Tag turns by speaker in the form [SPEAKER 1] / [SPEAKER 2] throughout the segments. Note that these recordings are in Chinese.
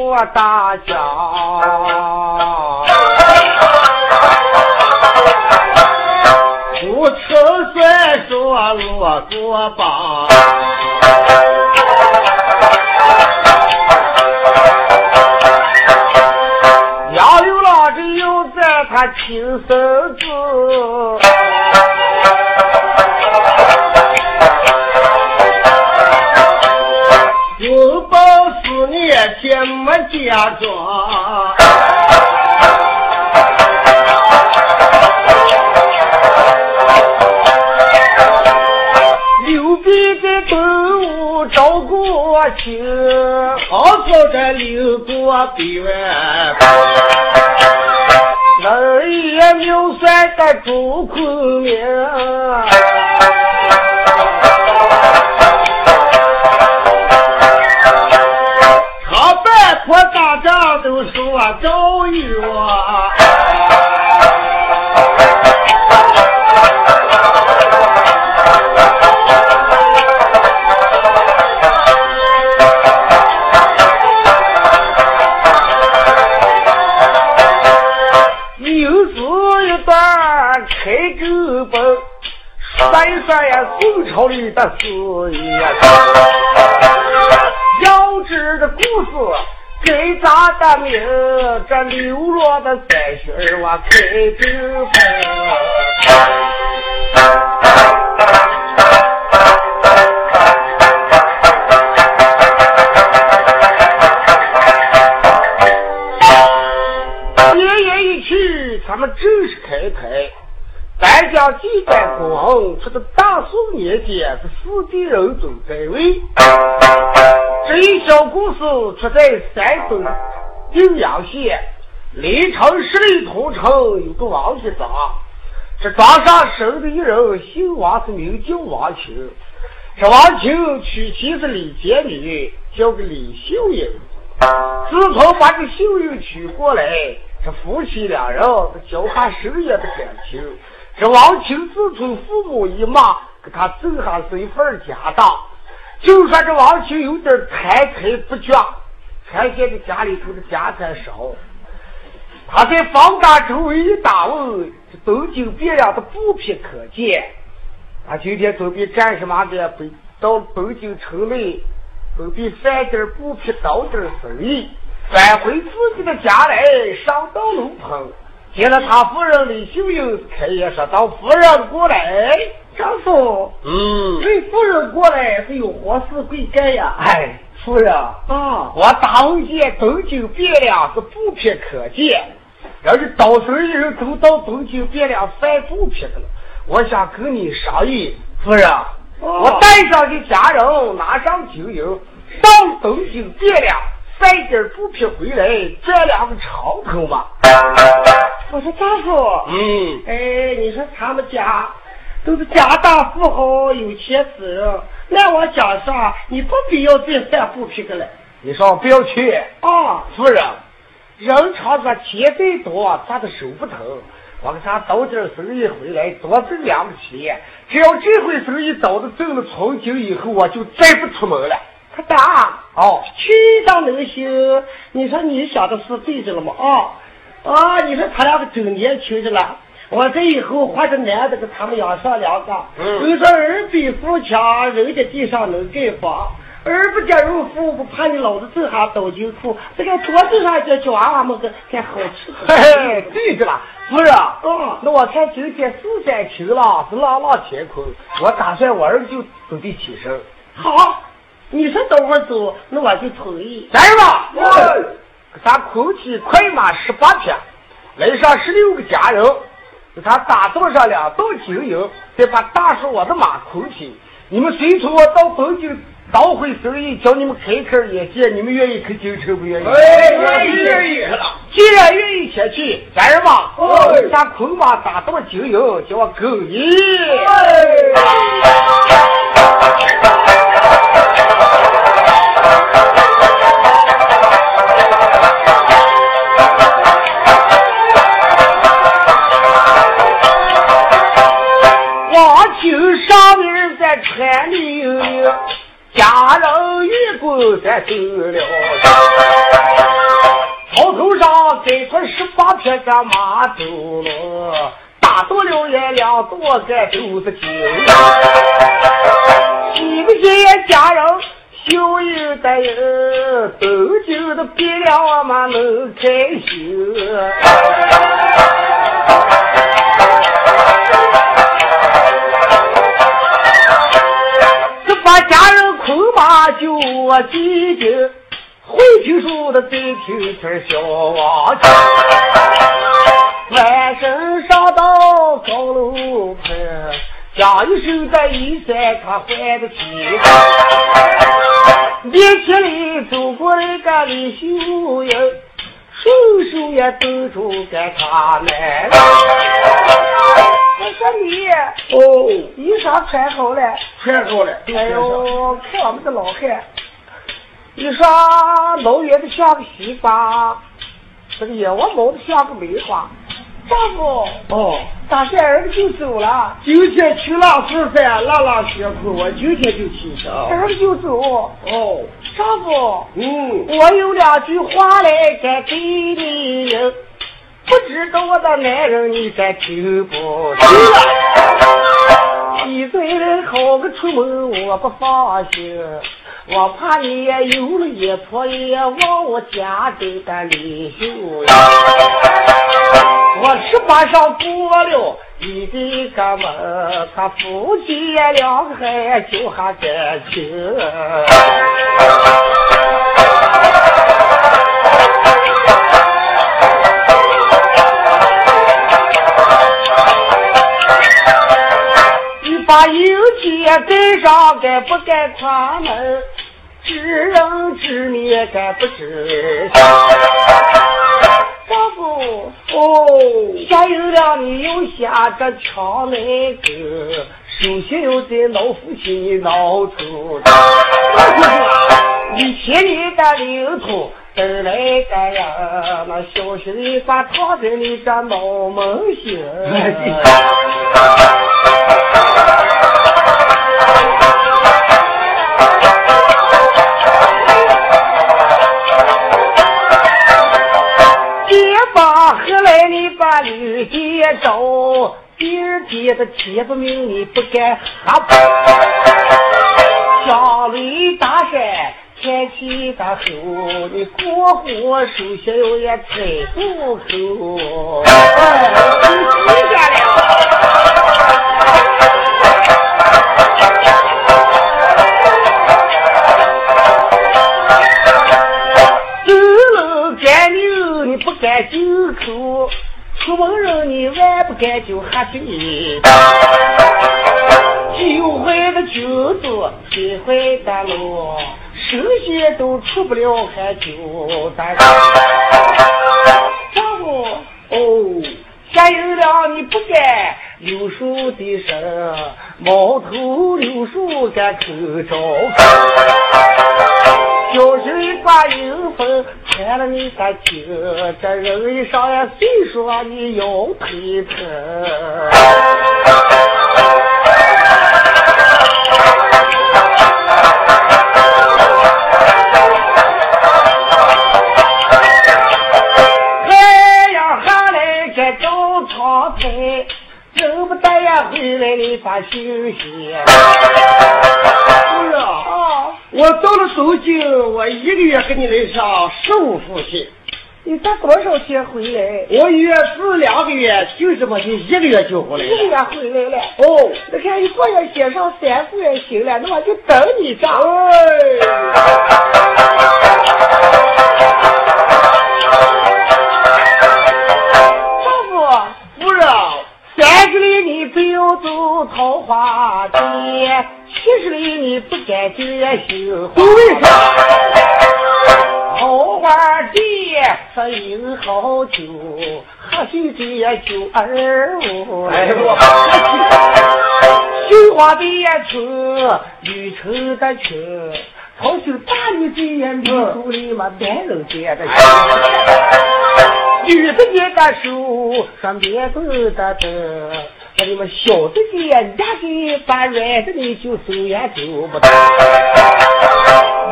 [SPEAKER 1] 个大小，不吃酸说落锅巴，杨六老这又在他亲孙子。有本事你且没假装，刘备在东吴找过亲，好好的刘国比外，人也没有算个主公名。他外婆大家都说招有啊，牛子一段开狗本，说一说呀，宋朝里的事呀。要知的故事给咱的名，这流落的三旬我开支分。爷爷一去，咱们正式开拍。咱家几代古王，出的大宋年间是四地人总在位。这一小故事出在山东酉阳县临城十里头城有个王家庄，这庄上生的一人姓王，是名叫王清。这王清娶妻是李杰女，叫个李秀英。自从把这秀英娶过来，这夫妻两人是交下十年的感情。这王清自从父母一骂，给他挣下身份家当。就说这王清有点财财不觉，才现在家里头的家财少。他在房家周围一打问，这东京汴梁的布匹可见。他今天准备干什么的？北到北京城内，准备翻点布匹，倒点生意，返回自己的家来，上到楼棚。见了他夫人李秀英，开言说道：“夫人过来，丈夫。”
[SPEAKER 2] 嗯，
[SPEAKER 1] 这夫人过来是有活事会干呀。哎，夫人啊，我打问见东京汴梁是布匹可见，要是到时候一人都到东京汴梁翻布匹的了，我想跟你商议，夫人。啊
[SPEAKER 2] 哦
[SPEAKER 1] 我带上你家人，拿上精油，上东京汴梁，塞点布匹回来，赚两个长头嘛。我说丈夫，
[SPEAKER 2] 嗯，
[SPEAKER 1] 哎，你说他们家都是家大富豪、有钱人，那我讲啥？你不必要再散布匹个了。
[SPEAKER 2] 你说我不要去，
[SPEAKER 1] 啊，
[SPEAKER 2] 夫人，
[SPEAKER 1] 人常说钱再多，咱都手不疼。我给他倒点生意回来，多挣两个钱。只要这回生意倒的挣了从今以后，我就再不出门了。他打哦，去到能行？你说你想的是对着了吗？啊、啊！你说他俩个整年轻着了。我这以后换着男的给他们养上两个，
[SPEAKER 2] 嗯
[SPEAKER 1] 都说人比富强，人家地上能盖房，儿不嫁入夫，不怕你老子挣下倒金库，这个桌子上这小娃娃们个还好吃。
[SPEAKER 2] 嘿
[SPEAKER 1] 哎
[SPEAKER 2] 嘿，对着了，夫人，
[SPEAKER 1] 嗯
[SPEAKER 2] 那我看今天四三晴朗，是朗朗天空，我打算我儿子就准备起身，
[SPEAKER 1] 好，你说等会儿走，那我就同意。
[SPEAKER 2] 来吧，
[SPEAKER 1] 嗯
[SPEAKER 2] 给他空起快马十八匹，来上十六个家人，给他打造上两道金营，再把大叔我的马空起，你们随从我到北京。倒回生意，叫你们开开眼界，你们愿意去京城不愿意？
[SPEAKER 1] 哎
[SPEAKER 2] 哎
[SPEAKER 1] 了。
[SPEAKER 2] 既然愿意前去，咱人吧，
[SPEAKER 1] 哎
[SPEAKER 2] 咱捆马打到精营，叫我狗爷。
[SPEAKER 1] 哎王清上面在穿溜溜，家人越过山走了。
[SPEAKER 2] 个马走了，打多了也两多个都是酒。几个些家人修有的人，都就是别了我们能开心。这把家人哭嘛就我记得。会听书的最听村小王家，晚身上到高楼台，家一手的衣衫他还得起。面前里走过来个李秀英，顺手也走出个他来了。
[SPEAKER 1] 哎，小李，哦，衣裳穿好了，
[SPEAKER 2] 穿好了。
[SPEAKER 1] 哎呦，看我们的老汉。
[SPEAKER 2] 你说老远的像个西瓜，这个野窝毛的像个梅花。
[SPEAKER 1] 丈夫
[SPEAKER 2] 哦，
[SPEAKER 1] 打算儿子就走了。
[SPEAKER 2] 今天去拉吃饭，拉拉辛苦，我今天就去的。
[SPEAKER 1] 儿子就走。
[SPEAKER 2] 哦，
[SPEAKER 1] 丈夫，
[SPEAKER 2] 嗯，
[SPEAKER 1] 我有两句话来该给你，不知道我的男人你该听不听？一堆人好个出门我不放心。我怕你也有了一婆也往我家这个里秀呀！我翅膀上过了你这个门，他夫妻两个还就还感情。把油漆盖上，该不该跨门？知人知面，该不知。丈夫
[SPEAKER 2] 哦，
[SPEAKER 1] 下有了你又下这桥来个，首先又在老夫妻闹出。以前你的领土得来个呀，那小心你把躺在你这脑门心。后来你把女接走，第二天的起不明你不该喝。小驴打山，天气大后，你过火手下有也踩不口。哎，你记下了。不该酒口，出门人你万不该就喝酒。酒坏的酒多，水坏的路，神仙都出不了还酒胆。丈夫
[SPEAKER 2] 哦，
[SPEAKER 1] 下有了你不该柳树的事，毛头柳树该口罩。小人把油分看了你的酒，这人一上呀，谁说你要推车？太阳下来该照窗台，人不带呀回来你把休息。
[SPEAKER 2] 是
[SPEAKER 1] 哦
[SPEAKER 2] 啊，我到了东京，我一个月给你来上十五副戏。
[SPEAKER 1] 你才多少天回来？
[SPEAKER 2] 我一月是两个月，就这么就一个月就回来了。
[SPEAKER 1] 一个月回来了。
[SPEAKER 2] 哦，
[SPEAKER 1] 那看你过月写上三副也行了，那我就等你上。
[SPEAKER 2] 哎。
[SPEAKER 1] 丈
[SPEAKER 2] 夫，夫人。
[SPEAKER 1] 三十里你不要走桃花街，七十里你不该接绣花。
[SPEAKER 2] 为啥？
[SPEAKER 1] 桃花街喝有好酒，喝酒的酒二五。
[SPEAKER 2] 哎呦！
[SPEAKER 1] 绣花的车，绿绸的车，好酒大女的也绿头里嘛，男人接的。女的接的手，上别子的的，那你们小的接，人家给把软的你就走也走不得。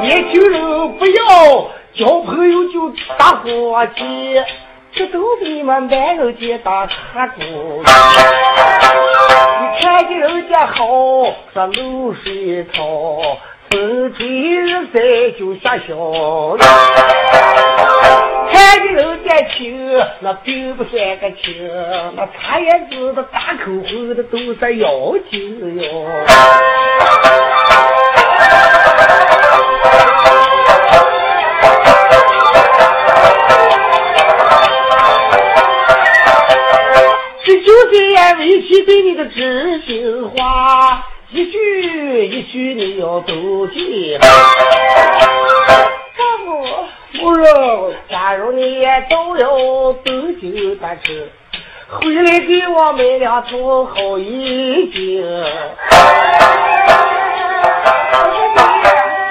[SPEAKER 1] 年轻人不要交朋友就打火机，这都比你们满楼街打茶鼓。你看见人家好，这露水草，风吹日晒就下小看见人家情，那并不算个情，那茶叶子的大口红的都是妖精哟。这就是言为其对你的知心话，一句一句你要读进。丈夫，夫人，假如你也到了东京单车，回来给我买两头好衣襟。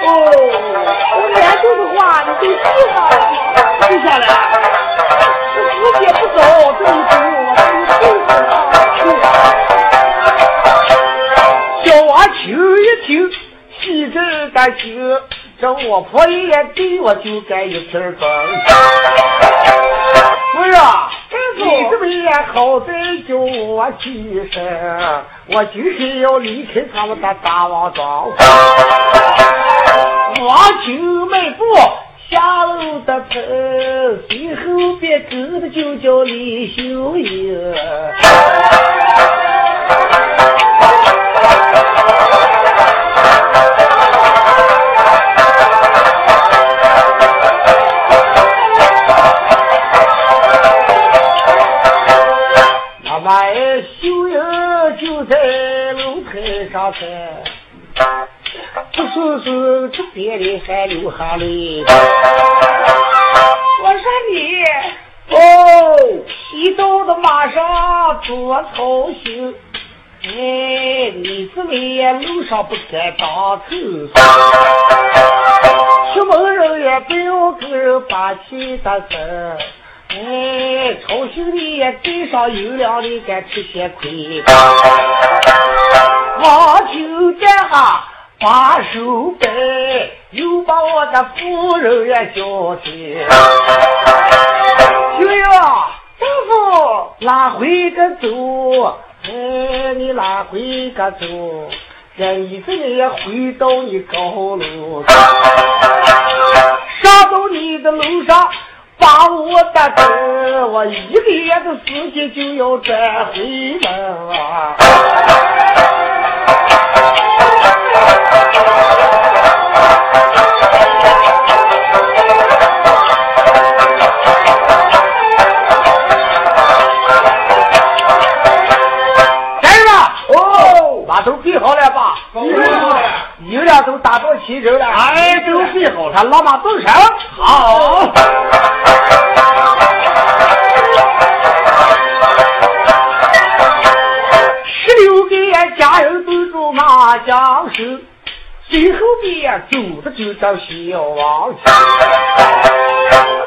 [SPEAKER 1] 哦，我连住的话，你就记上，记下来。我时间不早，这一走我就肚子上小娃听一听，喜真担心，这我婆一言对我就该一瓶儿不是啊，你这么也好歹叫我起身，我就是要离开他们的大王庄。王情迈步下楼的盆，随后便跟的就叫李秀英。那么秀英就在楼台上站。这叔叔这别人还流哈泪。我说你哦，提刀的马上多操心。哎，你这位路上不敢当头，出门人也不要跟人把气打死。哎，操心的也嘴上有粮的敢吃些亏。王庭这哈把手掰，又把我的夫人也叫去。秀英啊，丈夫拉回个走，哎，你拉回个走，这你这里也回到你高楼，上到你的楼上。把我的灯，我一个月的时间就要转回门啊！来人吧，哦，把头闭好了吧，有俩都打到齐人了，哎，都闭好了，拉马动上，好。十六个家人都住麻将室，最后边走的就叫小王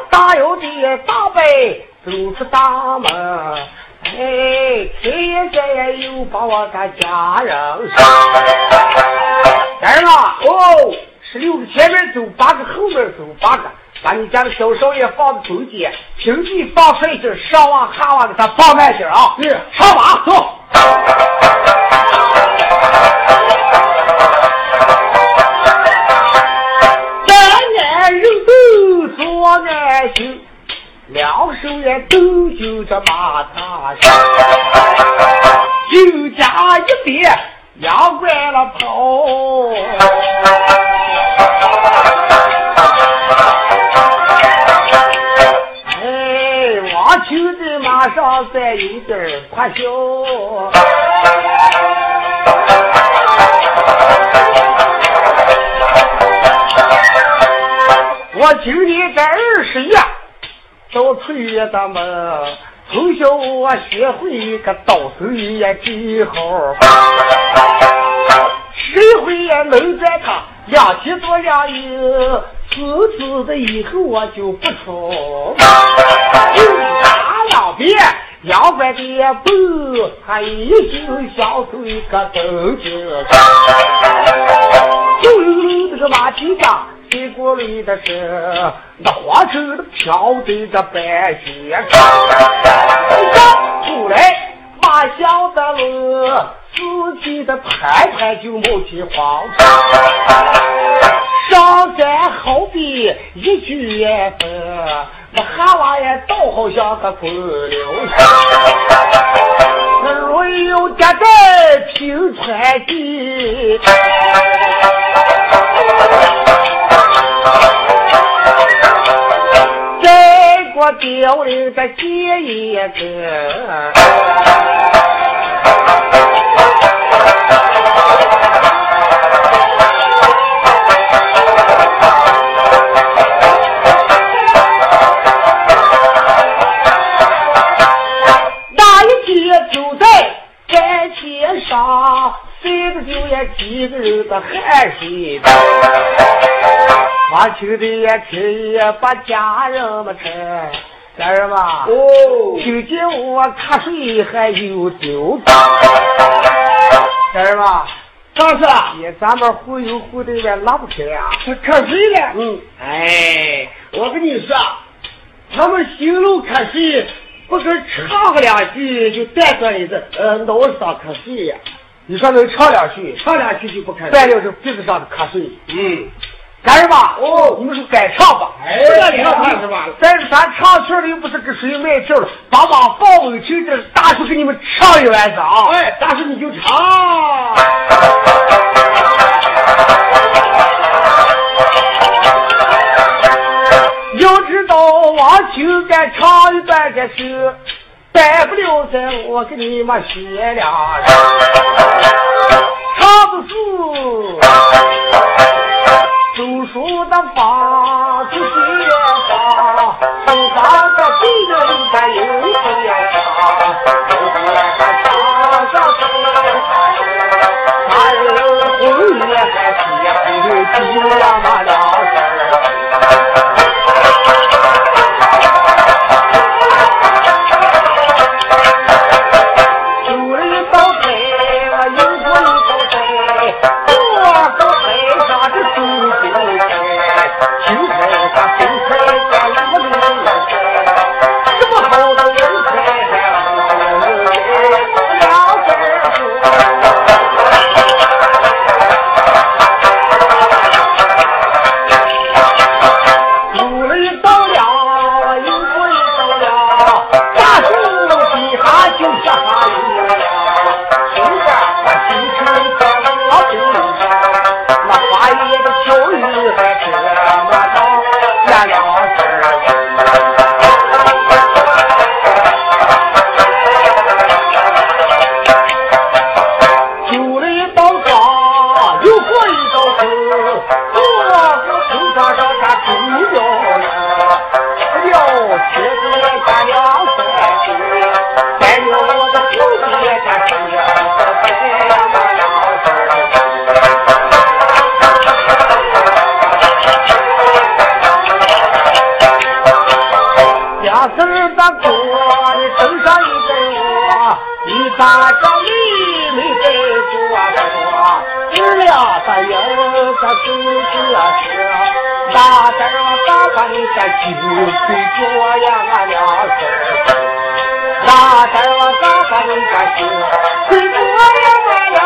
[SPEAKER 1] 大摇的大背走出大门，哎，开眼这又把我的家人来了哦，十六个前面走，八个后面走，八个。把你家的小少爷放到中间，平地放帅劲，上望下啊望给他放慢点啊！
[SPEAKER 2] 是
[SPEAKER 1] 上马走。三眼肉肚左眼行，两手也都就这马踏上，酒家一别两拐了跑。哎，王秋的马上再有点儿怕笑。我今年才二十一，到岁月咱们从小我学会一个倒手一也记好，谁会也能赚它两千多两银，自此的以后我就不愁。哎打两遍，两百的步，他已经小出一个东京。就溜溜这个马蹄子，飞过锅里的是那花枝飘的这白雪，出来马小的了，自己的拍拍就没起慌。上山好比一句烟风，那哈娃也倒好像个滚流。那若有家在平川地。再过凋零的结一个，那一天就在山前上，谁的就也几个人的汗水。妈亲的也亲也把家人们吃，家人们，
[SPEAKER 2] 哦
[SPEAKER 1] 听见我瞌睡还有酒，家人们，
[SPEAKER 2] 上次啊
[SPEAKER 1] 也咱们忽悠忽悠的拉不开啊。
[SPEAKER 2] 他看谁了？
[SPEAKER 1] 嗯，
[SPEAKER 2] 哎，我跟你说啊，他们行路看谁，不跟唱个两句就带着一个呃脑上瞌睡呀，
[SPEAKER 1] 你说能唱两句，
[SPEAKER 2] 唱两句就不看。
[SPEAKER 1] 再就是鼻子上的瞌睡。
[SPEAKER 2] 嗯，
[SPEAKER 1] 咱是吧？
[SPEAKER 2] 哦
[SPEAKER 1] 你们是改唱吧？
[SPEAKER 2] 哎
[SPEAKER 1] 不让
[SPEAKER 2] 改唱是吧
[SPEAKER 1] 但是咱唱曲儿的又不是给谁卖票了，把把抱尾听着，大叔给你们唱一晚上啊！
[SPEAKER 2] 哎，大叔你就唱。
[SPEAKER 1] 要知道王情该唱一段的事，带不了咱我给你们学俩，唱不住，读书的法子学法，登山的敌人的有不呀上上还有红叶还是也还有鸡呀那俩事儿。有人一道菜，我有过一道菜，我道菜上的猪心菜，青菜加青菜加五里菜，这么好的人才还有两份儿。煮了一道了，我又过一道了，大树底下就下哈雨了。谁家把西城当老兵那花叶的秋雨还这么高，呀呀声儿。煮了一道瓜，又过一道子，我和红纱上家煮了了，了茄子加凉菜吃，还有我的兄弟家吃了菜呀那凉菜。两根儿的锅，你蒸上一根我，你打着你没给做多，吃了的人他就这吃，那点儿大半的酒给做呀俺俩吃，那点儿大半的酒给做呀俺俩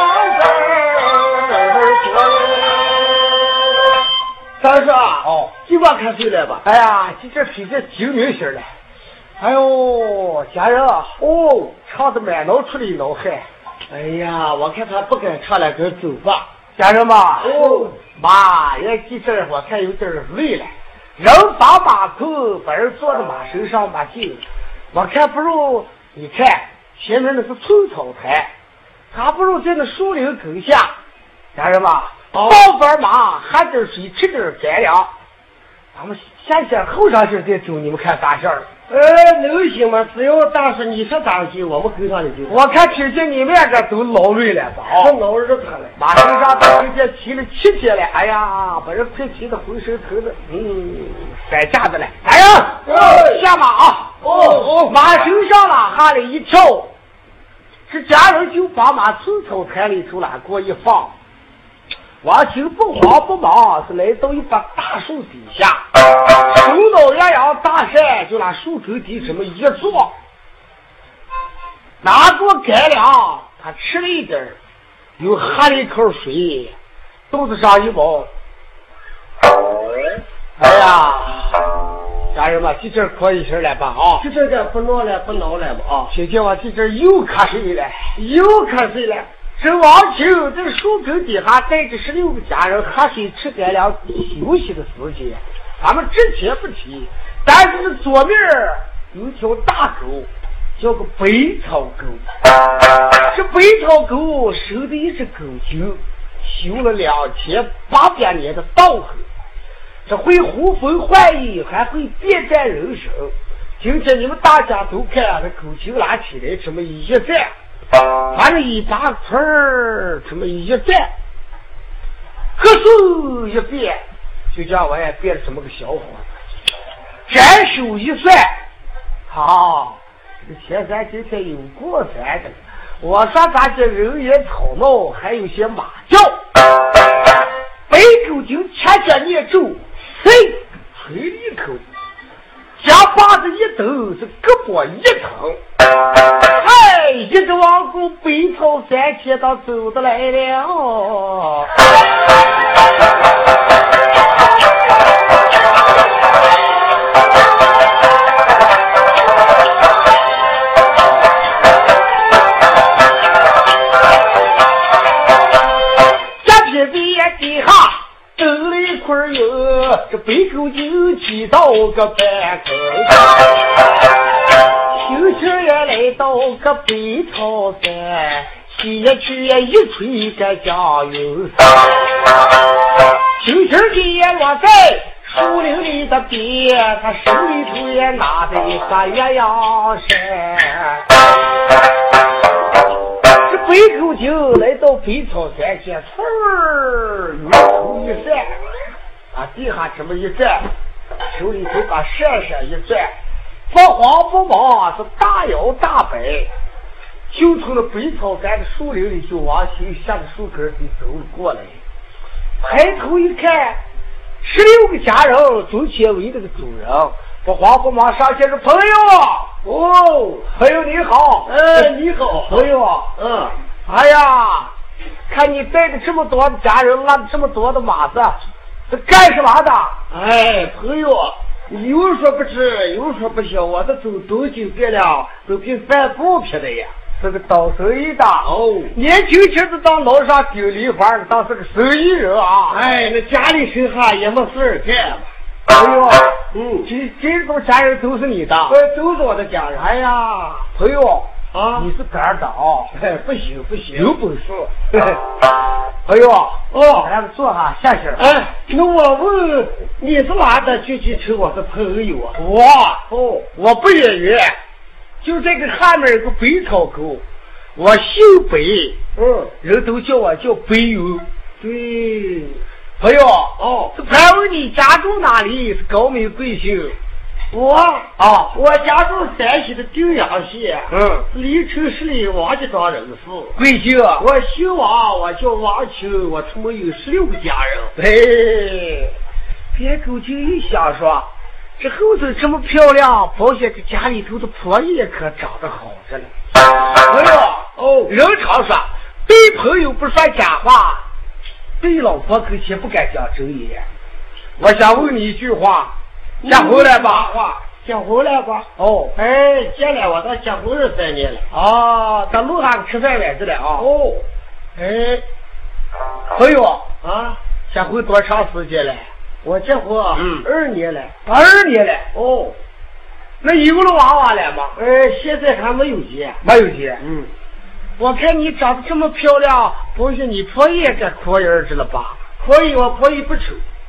[SPEAKER 1] 吃。
[SPEAKER 2] 三叔啊，
[SPEAKER 1] 哦，
[SPEAKER 2] 今晚看谁来吧？
[SPEAKER 1] 哎呀，这这比这挺明显了。哎呦，家人啊，哦，唱的满脑出的脑汗。
[SPEAKER 2] 哎呀，我看他不敢唱了，跟走吧。
[SPEAKER 1] 家人们，
[SPEAKER 2] 哦，
[SPEAKER 1] 妈也记这儿，我看有点儿累了。人把马头，把人坐在马身上马劲。我看不如你看前面那是寸草台，还不如在那树林根下。家人们，抱板马，喝点水，吃点干粮。咱们先先后上去再走，你们看咋样儿？
[SPEAKER 3] 哎
[SPEAKER 2] 呃，能行吗？只要大叔你说咋行，我们跟上你就行。
[SPEAKER 1] 我看听见你们两个都劳累了吧？
[SPEAKER 2] 我老日他了。
[SPEAKER 1] 马身上都今天骑了七天了，哎呀，把人快骑的浑身疼的，嗯，散架子了。哎呀，
[SPEAKER 2] 哎
[SPEAKER 1] 下马啊！
[SPEAKER 2] 哦哦
[SPEAKER 1] 马身上了，哈了一跳，这家人就把马从草台里头了，给我一放。王兴不慌不忙是来到一把大树底下，头脑岳阳大山就拿树头底这么一坐，拿着干粮，他吃了一点儿，又喝了一口水，肚子上一摸，哎呀，家人们，这阵儿可以些了吧啊？
[SPEAKER 3] 这这点不闹了，不闹了吧啊！
[SPEAKER 1] 听见我这阵儿又瞌睡了。
[SPEAKER 3] 又瞌睡了，
[SPEAKER 1] 这王庆在树根底下带着十六个家人喝水吃干粮休息的时间，咱们之前不提，但是这左面儿有一条大狗，叫个北草狗。这北草狗生的一只狗精，修了两千八百年的道行，这会呼风唤雨，还会变战人生。今天你们大家都看啊，这狗精拿起来这么一站。反正一把盆儿这么一站，可手一变，就叫我也变了这么个小伙子。斩手一算，好、这前三今天有过山的。我说咱这人也吵闹，还有些马叫。北狗精掐着念咒，嘿，吹了一口，夹把子一抖，是胳膊一疼。哎，一只王狗北朝三千道走得来了。这撇别地哈，整了一块儿哟，这北狗精挤到个半坑。平时也来到个北朝山，西呀去呀一吹个江云山。平时的也落在树林里的边，他手里头也拿着一个鸳鸯扇。这北口精来到北朝山前，嗖儿一头一扇，啊，地下这么一站，手里头把扇扇一转，不慌不忙是大摇大摆，就从那北草山的树林里就往西下的树根儿里走了过来。抬头一看，十六个家人总前围着个主人，不慌不忙上前说：“朋友啊，
[SPEAKER 3] 哦，
[SPEAKER 1] 朋友你好，
[SPEAKER 3] 呃，你好，
[SPEAKER 1] 朋友啊，
[SPEAKER 3] 嗯，
[SPEAKER 1] 哎呀，看你带着这么多的家人，拉着这么多的马子，是干什么的？
[SPEAKER 3] 哎，朋友，你有说不知，有说不晓，我这走东京汴梁，都跟饭包撇的呀。
[SPEAKER 1] 是个当生意的
[SPEAKER 3] 哦
[SPEAKER 1] 年轻轻的当楼上顶梨花儿，当是个生意人啊。
[SPEAKER 3] 哎，那家里身下也没事儿干嘛。
[SPEAKER 1] 朋友，
[SPEAKER 3] 嗯
[SPEAKER 1] 这这种家人都是你的。
[SPEAKER 3] 呃，都是我的家人。
[SPEAKER 1] 哎呀，朋友，
[SPEAKER 3] 啊
[SPEAKER 1] 你是胆儿大啊，
[SPEAKER 3] 哎，不行不行，啊
[SPEAKER 1] 有本事。朋友，
[SPEAKER 3] 哦
[SPEAKER 1] 咱们坐下下去。
[SPEAKER 3] 哎，那我问你是哪的？具体成我的朋友啊？
[SPEAKER 1] 我
[SPEAKER 3] 哦，
[SPEAKER 1] 我不演员，就这个下面有个北草沟，我姓北，
[SPEAKER 3] 嗯，
[SPEAKER 1] 人都叫我叫北友。
[SPEAKER 3] 对，
[SPEAKER 1] 朋友，
[SPEAKER 3] 哦，
[SPEAKER 1] 这盘问你家住哪里？是高明贵姓？
[SPEAKER 3] 我
[SPEAKER 1] 啊，
[SPEAKER 3] 我家住山西的定阳县，
[SPEAKER 1] 嗯，
[SPEAKER 3] 离城十里王家庄人士。
[SPEAKER 1] 贵姓？啊
[SPEAKER 3] 我姓王，我叫王清，我他妈有十六个家人。
[SPEAKER 1] 哎，别狗精一想说，这后头这么漂亮，保险这家里头的婆姨可长得好着呢。朋友，
[SPEAKER 3] 哦
[SPEAKER 1] 人常说，对朋友不说假话，对老婆可且不敢讲真言。嗯我想问你一句话，结婚了吧？
[SPEAKER 3] 话结婚了吧？
[SPEAKER 1] 哦，
[SPEAKER 3] 哎，结了，我到结婚二三年了。
[SPEAKER 1] 啊，到路上吃饭来着了啊。
[SPEAKER 3] 哦，哎，
[SPEAKER 1] 朋友，
[SPEAKER 3] 啊，
[SPEAKER 1] 结婚多长时间了？
[SPEAKER 3] 我结婚啊
[SPEAKER 1] 嗯
[SPEAKER 3] 二年了。
[SPEAKER 1] 二年了。
[SPEAKER 3] 哦，
[SPEAKER 1] 那有了娃娃了吗？
[SPEAKER 3] 哎，现在还没有结。
[SPEAKER 1] 没有姐。
[SPEAKER 3] 嗯，
[SPEAKER 1] 我看你长得这么漂亮，不是你婆也该阔人知了吧？
[SPEAKER 3] 可以，我可以不丑，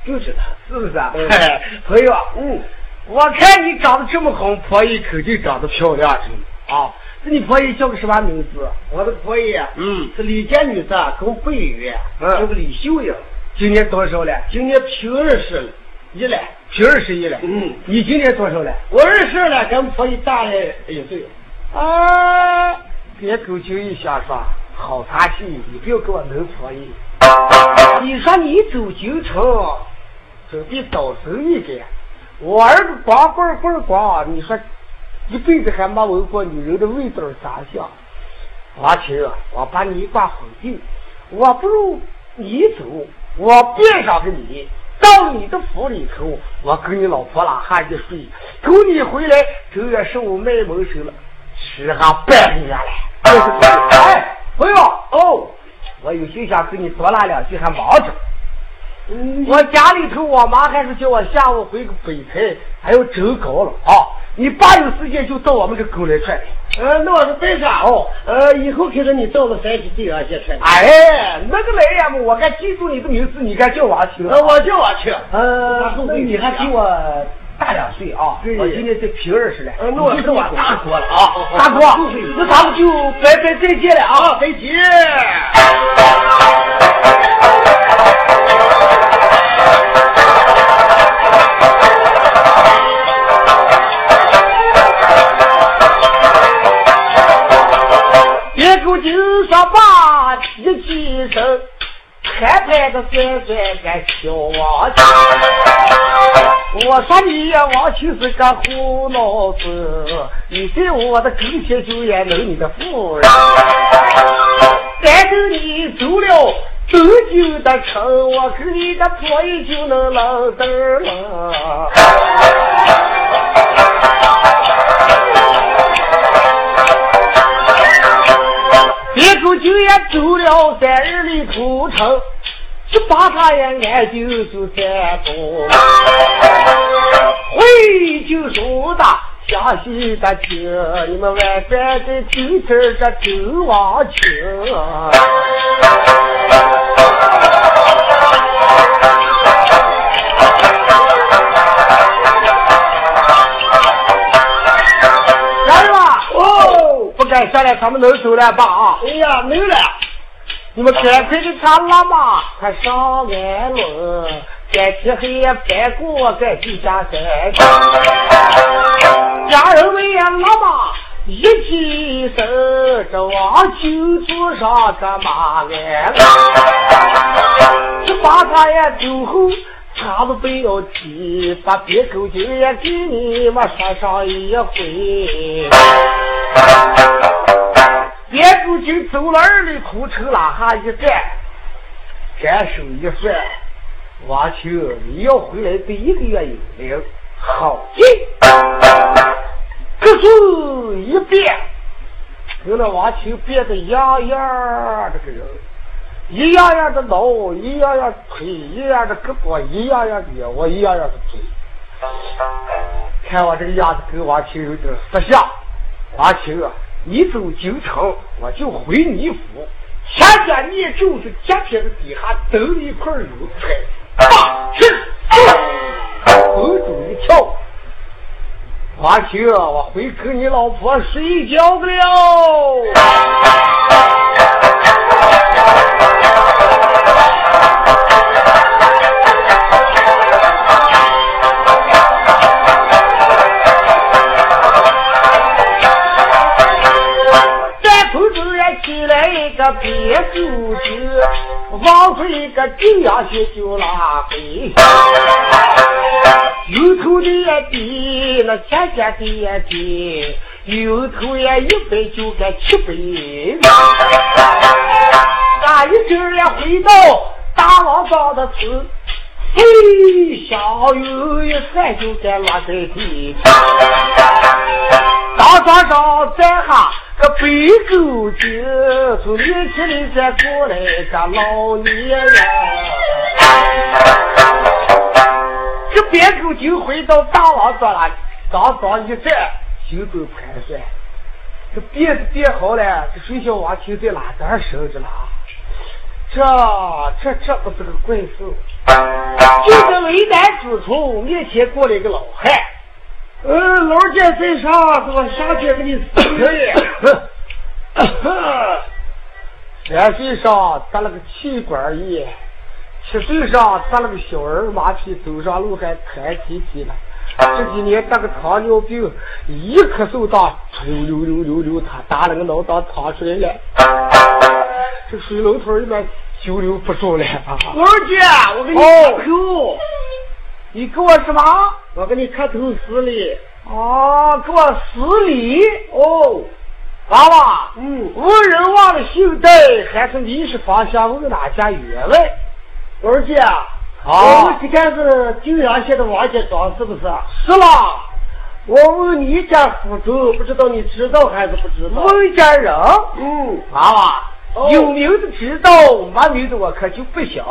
[SPEAKER 3] 就是他。
[SPEAKER 1] 是不是啊
[SPEAKER 3] 嗯？
[SPEAKER 1] 朋友，
[SPEAKER 3] 嗯，
[SPEAKER 1] 我看你长得这么好，婆姨肯定长得漂亮着呢啊。那
[SPEAKER 3] 嗯
[SPEAKER 1] 你婆姨叫个什么名字？
[SPEAKER 3] 我的婆姨啊
[SPEAKER 1] 嗯
[SPEAKER 3] 是李家女的，跟贝月，
[SPEAKER 1] 嗯
[SPEAKER 3] 叫个李秀英，
[SPEAKER 1] 今年多少了？
[SPEAKER 3] 今年平二十了，一了。
[SPEAKER 1] 平二十一了。
[SPEAKER 3] 嗯
[SPEAKER 1] 你今年多少了？
[SPEAKER 3] 我二十了，跟婆姨大了一岁。
[SPEAKER 1] 啊，别狗精一想说，好茶戏，你不要给我弄婆姨。你说你走京城，准备倒生一个，我儿子光棍棍光，你说一辈子还没闻过女人的味道咋香？王琴，我把你挂好定，我不如你走，我便上个你。到你的府里头，我跟你老婆拉哈一睡，等你回来，正月十五卖萌时了，吃哈半个月了。哎，朋友哦，我有心想跟你多拉两句，还忙着。嗯、我家里头，我妈还是叫我下午回个北菜，还有蒸糕了啊！
[SPEAKER 2] 哦
[SPEAKER 1] 你爸有时间就到我们这沟来串来。
[SPEAKER 2] 呃，那我是对上哦。呃，以后可是你到了山西地方先串。
[SPEAKER 1] 哎，那个来呀嘛，我该记住你的名字，你该叫我去
[SPEAKER 2] 呃，我叫我去。
[SPEAKER 1] 呃，
[SPEAKER 2] 那
[SPEAKER 1] 那你还比我大两岁啊！
[SPEAKER 2] 对
[SPEAKER 1] 我今年才平二十了，
[SPEAKER 2] 呃，那我
[SPEAKER 1] 你
[SPEAKER 2] 是
[SPEAKER 1] 就是
[SPEAKER 2] 我
[SPEAKER 1] 我
[SPEAKER 2] 大
[SPEAKER 1] 大
[SPEAKER 2] 哥
[SPEAKER 1] 哥
[SPEAKER 2] 了
[SPEAKER 1] 了
[SPEAKER 2] 啊
[SPEAKER 1] 啊，，大哥，那咱们就拜拜再见了啊！
[SPEAKER 2] 再见。
[SPEAKER 1] 别处就说把一起身，还拍的酸酸个小王七。我说你呀，王七是个胡闹子，你对我的狗血就也能你的妇人。但是你走了走就的城，我跟你的婆姨就能冷得了。别处就也走了三日里土城，只把他也俺就就山东，回就说的湘西的情，你们外边的听听这周王情啊。来了吧，哦，不敢说了，咱们能走了吧啊？
[SPEAKER 2] 哎呀，没有了。
[SPEAKER 1] 你们赶快给他拉嘛，快上俺楼，赶天黑也别过赶去家山。家人们也拉嘛，一起身，这王九坐上这马鞍，这把他也酒后。他们不要急，把别狗精也给你们说上一回。别主就走了二里土城拉哈一站，单手一算，王秋你要回来得一个月有零，好劲！可是一变，跟那王秋变得样样这个人，一样样的脑，一样样的腿，一样样的胳膊，一样样的腰，我一样样的腿。看我这个样子跟王秋有点不像。王秋啊，你走京城，我就回你府。前天你就是天天的底下等一块油菜，大吃红主一跳。王秋啊，我回跟你老婆睡觉去了。站头突然起来一个别主角，往回个正阳穴就拉回。有头的也低，那前家的也低，有头也一百就该七百。俺一阵也回到大王庄的村，嘿，小雨一看就该落在地。大庄上在哈个北狗精，从年轻里再过来个老年人。这别狗精回到大王庄了，当庄一站，行走盘算，这变是变好了，这水小王青在哪单生着了啊？这这这不是个怪兽！就在为难之处，面前过来一个老汉。
[SPEAKER 2] 呃，老姐在上，我上去给你
[SPEAKER 1] 可以
[SPEAKER 2] 哎。
[SPEAKER 1] 两岁上得了个气管炎，七岁上得了个小儿麻痹，走上路还弹起起了。这几年得个糖尿病，一咳嗽大，溜溜溜溜溜，他打了个脑袋淌出来了。这水龙头里面久留不住了。啊
[SPEAKER 3] 我二姐，我给你磕头，
[SPEAKER 1] 你哦给我什么？
[SPEAKER 3] 我给你磕头十礼。
[SPEAKER 1] 哦，给我十礼
[SPEAKER 3] 哦，
[SPEAKER 1] 娃娃。
[SPEAKER 3] 嗯，
[SPEAKER 1] 无人忘了姓戴，还是你是方向问哪家原来？
[SPEAKER 3] 我二姐啊，
[SPEAKER 1] 好
[SPEAKER 3] 我们这个是九阳县的王家庄，是不是啊？
[SPEAKER 1] 是啦，
[SPEAKER 3] 我问你家福州，不知道你知道还是不知道？
[SPEAKER 1] 孟家人。
[SPEAKER 3] 嗯，
[SPEAKER 1] 娃娃，
[SPEAKER 3] 哦
[SPEAKER 1] 有名的知道，没名的我可就不晓。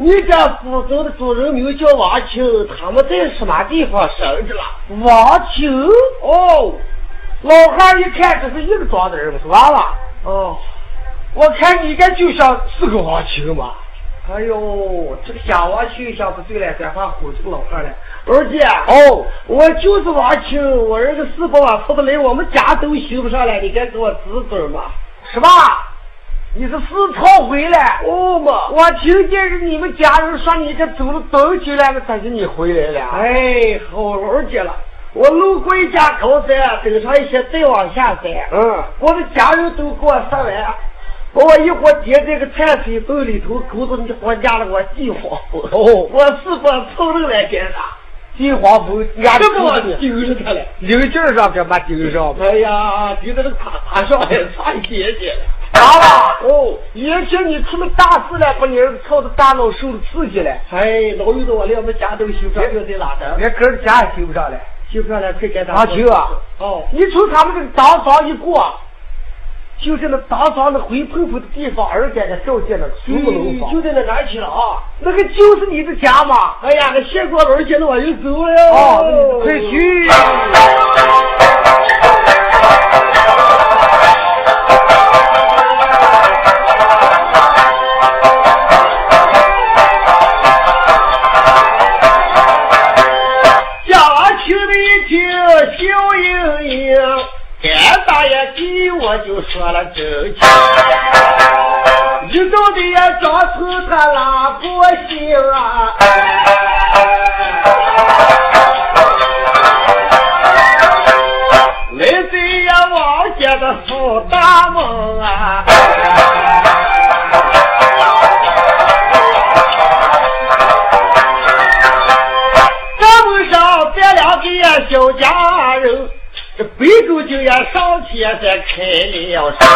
[SPEAKER 3] 你家福州的主人名叫王秋，他们在什么地方生的啦？
[SPEAKER 1] 王秋，
[SPEAKER 3] 哦，
[SPEAKER 1] 老汉一看这是一个庄的人，我说娃娃，
[SPEAKER 3] 哦，
[SPEAKER 1] 我看你应该就像是个王秋嘛。
[SPEAKER 3] 哎呦，这个想王秋想不对了，转换唬这个老汉了。二姐，
[SPEAKER 1] 哦，
[SPEAKER 3] 我就是王秋，我儿子四伯往出不来，我们家都寻不上来，你该给我指指嘛。
[SPEAKER 1] 什么？你是四朝回来？
[SPEAKER 3] 哦嘛，
[SPEAKER 1] 我听见是你们家人说你这走了多久了，我担心你回来了。
[SPEAKER 3] 哎，好二姐了，我路过一家高山，登上一些再往下山。
[SPEAKER 1] 嗯，
[SPEAKER 3] 我的家人都给我上来啊，把我一伙跌这个菜水沟里头，狗子你活压了我地方。
[SPEAKER 1] 哦
[SPEAKER 3] 我是不凑人来给他，
[SPEAKER 1] 金黄蜂，俺
[SPEAKER 3] 这么丢着他了。
[SPEAKER 1] 刘劲儿上边没盯上吧？
[SPEAKER 3] 哎呀，丢在这个塔塔上来，差一点点了。
[SPEAKER 1] 娃娃，
[SPEAKER 3] 哦，
[SPEAKER 1] 也请你出了大事了，把你儿子操的大脑受了刺激了，
[SPEAKER 3] 哎，老有的我连我们家都修不上，又得哪的？
[SPEAKER 1] 连哥儿家也提不上了。
[SPEAKER 3] 修不上来，快给他。
[SPEAKER 1] 阿秋啊，
[SPEAKER 3] 哦，
[SPEAKER 1] 你从他们这个当庄一过，就是那当庄的灰扑扑的地方，儿干个照见了竹木楼
[SPEAKER 3] 就
[SPEAKER 1] 房，
[SPEAKER 3] 在那哪去了啊？
[SPEAKER 1] 那个就是你的家嘛。
[SPEAKER 3] 哎呀，那谢过门去了，我就走了。
[SPEAKER 1] 哦，那你快！去！
[SPEAKER 3] 贾王听了一听，笑盈盈。干大爷给我就说了真情，一到的呀，张头他拉不行啊。来这呀，王家的福大门啊！这门上别两个呀小家人，这白狗精呀上前再开了声，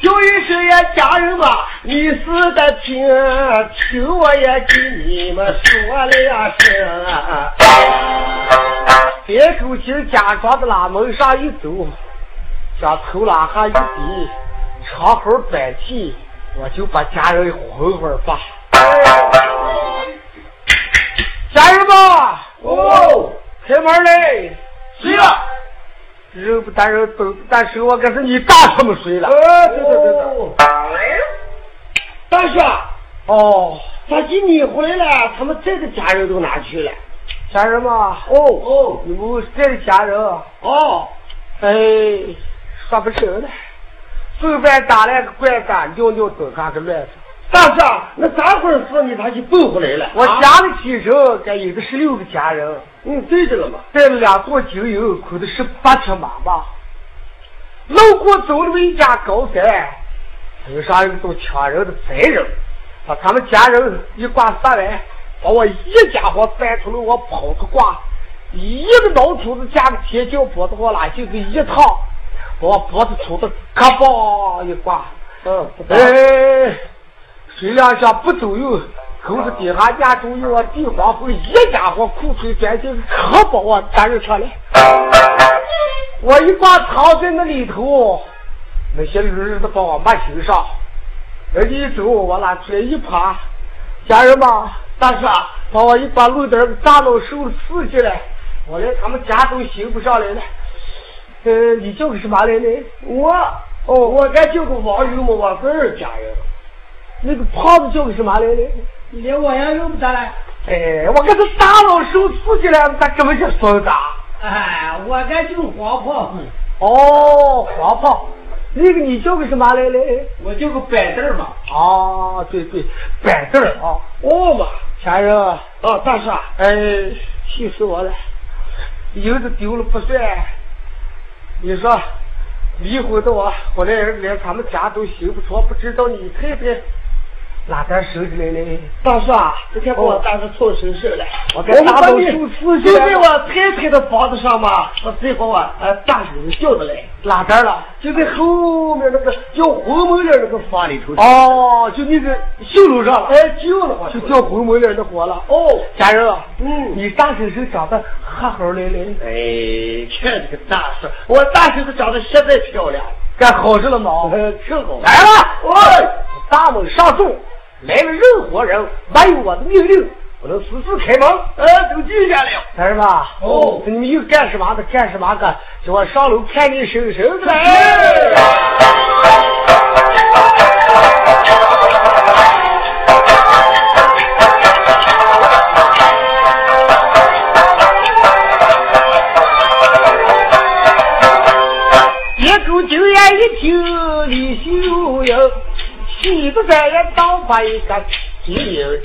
[SPEAKER 3] 叫一声呀家人们，你是的听，听我也给你们说了声啊。
[SPEAKER 1] 别狗精假装的拉门上一走，将头拉下一低，长猴短气，我就把家人哄会儿吧。家人们，
[SPEAKER 3] 哦，啊
[SPEAKER 1] 开门嘞！啊
[SPEAKER 3] 谁了？
[SPEAKER 1] 人不担人，本不担手，我可是你大他们谁了？
[SPEAKER 3] 呃，对对对对。大叔，
[SPEAKER 1] 哦，
[SPEAKER 3] 咋给你回来了？他们这个家人都哪去了？
[SPEAKER 1] 家人们，
[SPEAKER 3] 哦哦
[SPEAKER 1] 你们这里家人啊，
[SPEAKER 3] 哦，
[SPEAKER 1] 哎，说不成了。后边打了个怪杆，尿尿蹲下个乱子。
[SPEAKER 3] 大叔，那咋回事？你咋就蹦回来了？
[SPEAKER 1] 我
[SPEAKER 3] 啊
[SPEAKER 1] 家里几人，该有的十六个家人，
[SPEAKER 3] 嗯，对着了嘛。
[SPEAKER 1] 带了两座精油，捆的十八匹马吧。路过走了一家高山，头上有个抢人的贼人，把他们家人一挂三来，把我一家伙拽出了我跑出挂，一个老头子架着铁锹脖子我拉就是一趟，把我脖子杵的嘎嘣一挂。
[SPEAKER 3] 嗯，
[SPEAKER 1] 哎，谁两下不走右，口子底下压住右啊，地黄蜂一家伙裤腿钻进可把我扎着上来。我一把藏在那里头，那些驴子把我没欣上，人家一走我拉出来一爬，家人们，大叔啊把我一把路灯给大脑受了刺激了，我连他们家都寻不上来了。呃，你叫个什么来着？
[SPEAKER 3] 我哦，我该叫个网友嘛，我个人家人，
[SPEAKER 1] 那个胖子叫个什么来着？
[SPEAKER 3] 连我也用不着了。
[SPEAKER 1] 哎，我可是大佬受刺激了，他根本就啊孙子。
[SPEAKER 3] 哎，我该叫黄婆，
[SPEAKER 1] 哦，黄胖，那个你叫个什么来嘞？
[SPEAKER 3] 我叫个板凳嘛。
[SPEAKER 1] 啊，对对，板凳儿啊，
[SPEAKER 3] 哦嘛，
[SPEAKER 1] 前人，
[SPEAKER 3] 啊，大叔啊，
[SPEAKER 1] 哎，气死我了，银子丢了不算，你说离婚的我，我连连咱们家都行不着，不知道你配不配。哪点收起来嘞？
[SPEAKER 3] 大叔啊，这天给我当时凑手手了，
[SPEAKER 1] 我给大
[SPEAKER 3] 把
[SPEAKER 1] 手
[SPEAKER 3] 你
[SPEAKER 1] 撕
[SPEAKER 3] 就
[SPEAKER 1] 下来
[SPEAKER 3] 在我太太的房子上嘛，我最后啊，呃，大手叫的来，
[SPEAKER 1] 哪点了？
[SPEAKER 3] 就在后面那个叫红门脸那个房里头。
[SPEAKER 1] 哦，就那个秀楼上了，
[SPEAKER 3] 哎，救了我，
[SPEAKER 1] 就叫红门脸的活了。哦，
[SPEAKER 3] 哦，
[SPEAKER 1] 家人啊，
[SPEAKER 3] 嗯
[SPEAKER 1] 你大婶婶长得哈好咧咧，
[SPEAKER 3] 哎，看这个大叔，我大婶子长得实在漂亮，
[SPEAKER 1] 干好事了吗？
[SPEAKER 3] 呃，可好。
[SPEAKER 1] 来了，
[SPEAKER 3] 喂，
[SPEAKER 1] 哎大门上住，来了任何人，没有我的命令，不能私自开门。
[SPEAKER 3] 呃，都记下了。
[SPEAKER 1] 儿子，
[SPEAKER 3] 哦
[SPEAKER 1] 你们又干什么的？干什么的？叫我上楼看你婶婶去。
[SPEAKER 3] 野狗九爷一听李秀英，喜不在人倒把一个机灵。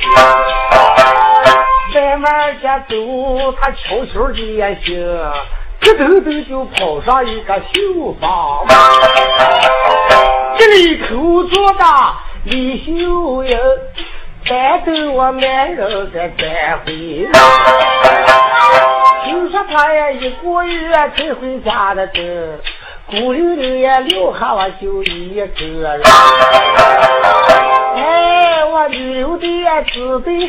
[SPEAKER 3] 在门前走，他悄悄的也行，咯噔噔就跑上一个绣房。这里头坐的李秀英，再等我男人再再回。听说啊他呀一个月才回家的这，孤零零也留下我就一个人。哎，我女留的呀子的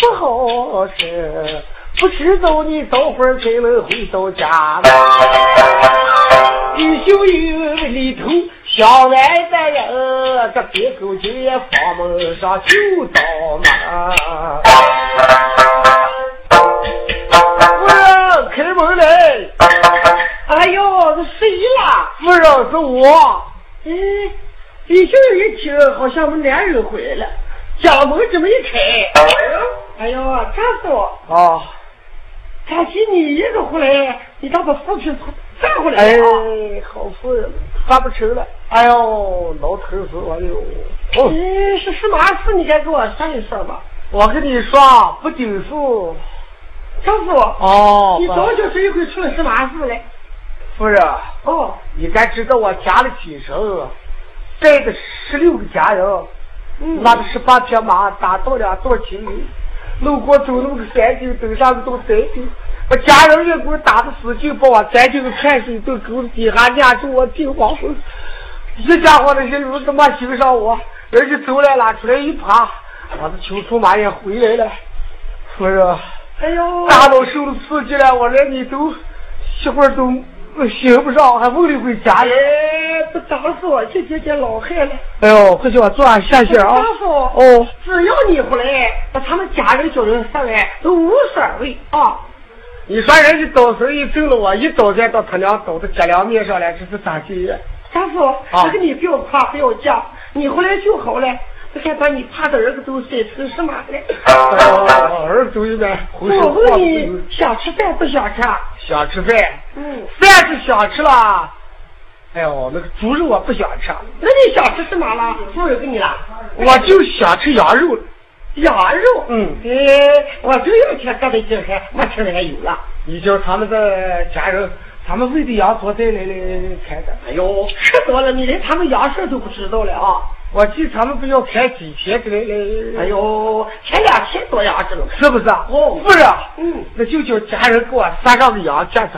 [SPEAKER 3] 不好使，不知道你早会儿才能回到家。李秀英里头想来的人，这别狗就也房门上就倒门。夫人，开门来！哎呦，这谁啦？夫人，是我。嗯，李秀一听，哎好像我们男人回来了，家门这么一开，哎呦，吓死我！
[SPEAKER 1] 啊，
[SPEAKER 3] 咋起你一个回来，你咋把扶贫站回来
[SPEAKER 1] 哎
[SPEAKER 3] 了啊？，
[SPEAKER 1] 好夫人，发不成了。哎呦，老头儿说，哎呦，
[SPEAKER 3] 嗯，是什么事？你该给我说一说吧。
[SPEAKER 1] 我跟你说啊，不仅是
[SPEAKER 3] 丈夫，
[SPEAKER 1] 哦
[SPEAKER 3] 你
[SPEAKER 1] 不
[SPEAKER 3] 早就这一回出了什么事来？
[SPEAKER 1] 夫人，
[SPEAKER 3] 哦，
[SPEAKER 1] 你该知道我家里几啊人，带着十六个家人，
[SPEAKER 3] 嗯，
[SPEAKER 1] 拉着十八匹马，打到两座秦岭，路过走那么个山顶，登上一座山顶，把家人也给我打的死劲，把我山顶的看水都狗底下压住我听黄昏。这家伙那些驴他妈欣赏我，人家走来拉出来一爬，我的穷驸马也回来了。夫人，
[SPEAKER 3] 哎呦，
[SPEAKER 1] 大脑受了刺激了，我连你都媳妇儿都寻不上，还问你回家
[SPEAKER 3] 哎
[SPEAKER 1] 了。，
[SPEAKER 3] 不打死我，这姐姐老害了。
[SPEAKER 1] 哎呦，快叫我坐下歇歇啊！
[SPEAKER 3] 丈夫，
[SPEAKER 1] 哦，
[SPEAKER 3] 只要你回来，把他们家人叫人上来都无所谓啊。
[SPEAKER 1] 你说人家早生一挣了我，一早再到他娘走到家粮面上来，这是咋地呀？
[SPEAKER 3] 丈夫，
[SPEAKER 1] 啊
[SPEAKER 3] 这个你不要怕，不要犟，你回来就好了。不看把你怕的人都晒成什么了？
[SPEAKER 1] 哎呦儿子走一边，回
[SPEAKER 3] 啊我
[SPEAKER 1] 手
[SPEAKER 3] 问
[SPEAKER 1] 晃悠
[SPEAKER 3] 你，想吃饭不想吃？啊
[SPEAKER 1] 想吃饭，
[SPEAKER 3] 嗯，
[SPEAKER 1] 饭是想吃了。哎呦，那个猪肉我不想吃，
[SPEAKER 3] 那你想吃什么了？夫人给你了。
[SPEAKER 1] 我就想吃羊肉。
[SPEAKER 3] 羊肉，
[SPEAKER 1] 嗯
[SPEAKER 3] 哎，我就要天搁的劲儿还，我吃完有了。
[SPEAKER 1] 你叫他们的家人，他们喂的羊昨天来来开的。
[SPEAKER 3] 哎呦，吃多了，你连他们羊事都不知道了啊！
[SPEAKER 1] 我记他们不要开几天的来来。
[SPEAKER 3] 哎，呦，前两天多羊子了。
[SPEAKER 1] 是不是啊？
[SPEAKER 3] 哦
[SPEAKER 1] 不是啊。
[SPEAKER 3] 嗯
[SPEAKER 1] 那就叫家人给我杀上个羊夹夹。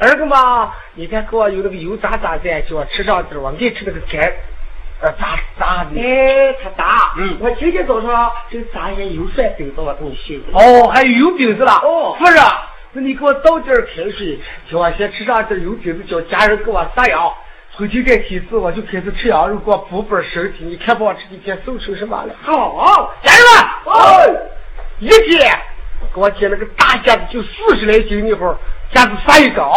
[SPEAKER 1] 儿子嘛，你看给我有那个油炸炸的，叫我吃上点儿，我爱吃那个干，呃，炸炸的。
[SPEAKER 3] 哎，他打，
[SPEAKER 1] 嗯
[SPEAKER 3] 我今天早上就炸些油蒜等到我东西。
[SPEAKER 1] 哦，还有油饼子啦。
[SPEAKER 3] 哦
[SPEAKER 1] 不是啊，那你给我倒点儿开水，叫我先吃上点儿油饼子，叫家人给我杀羊。从今天起次，我就开始吃羊肉，给我补补身体。你看把我这几天瘦成什么了？
[SPEAKER 3] 好，
[SPEAKER 1] 家人们，
[SPEAKER 3] 哦
[SPEAKER 1] 一天给我捡了个大夹子，就四十来斤那会儿，夹子杀一个啊、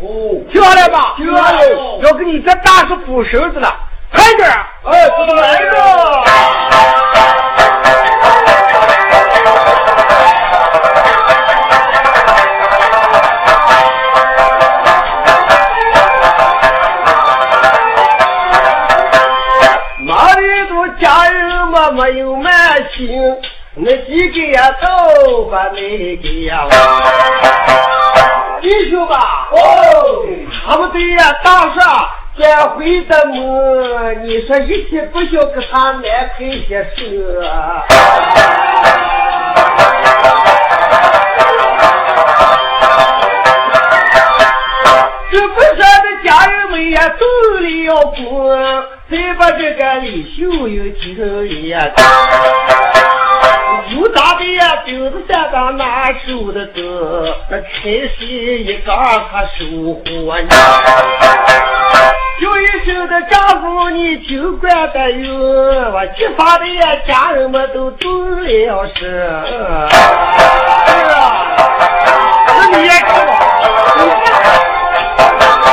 [SPEAKER 3] 哦，
[SPEAKER 1] 听好了吧？
[SPEAKER 3] 听好了
[SPEAKER 1] 要给你这大叔补绳子了，快点儿！
[SPEAKER 3] 哎，这都来了。马里头家人嘛没有慢心，那几个呀都把那个呀。
[SPEAKER 1] 啊
[SPEAKER 3] 弟兄吧，哦，他们对呀，大厦
[SPEAKER 1] 先回的母，你说一天不孝给他难看些事。啊这不孝的家人们也都离了婚，再把这个李秀英提头也。武大的呀，丢子山当拿手的歌，那开心一个他收获呢。有一生的丈夫你就怪得有，我激发的呀，家人们都走了是。是啊，那你也看吧，你看。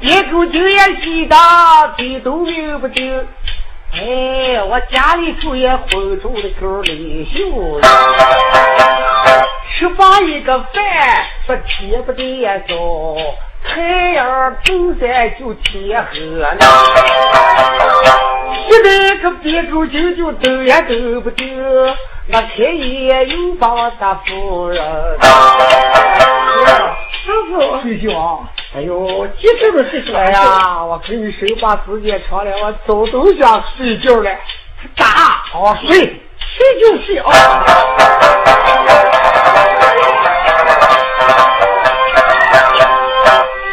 [SPEAKER 1] 一口酒也吸的，嘴都抿不丢。哎，我家里头也混出了口领袖，吃饱一个饭，说天不得早，太阳正山就天黑了。现在可别口酒就走也走不丢，那天也又把我打夫人。师傅，
[SPEAKER 2] 睡觉啊。
[SPEAKER 1] 哎呦，急什么事情？哎呀，我跟你手把时间长了，我早都想睡觉了。打，好、啊、睡，睡就睡啊。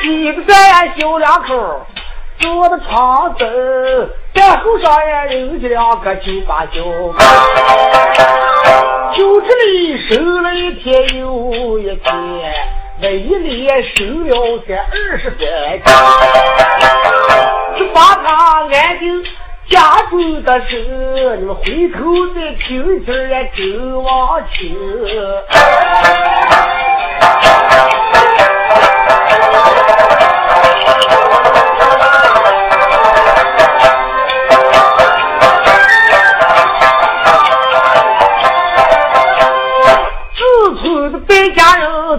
[SPEAKER 1] 几个咱小两口坐的长凳，在后上也有这两个九把九，九这里收了一天又一天。那一年收了才二十三斤，只把他安定家中的事，你们回头再听听也真忘情。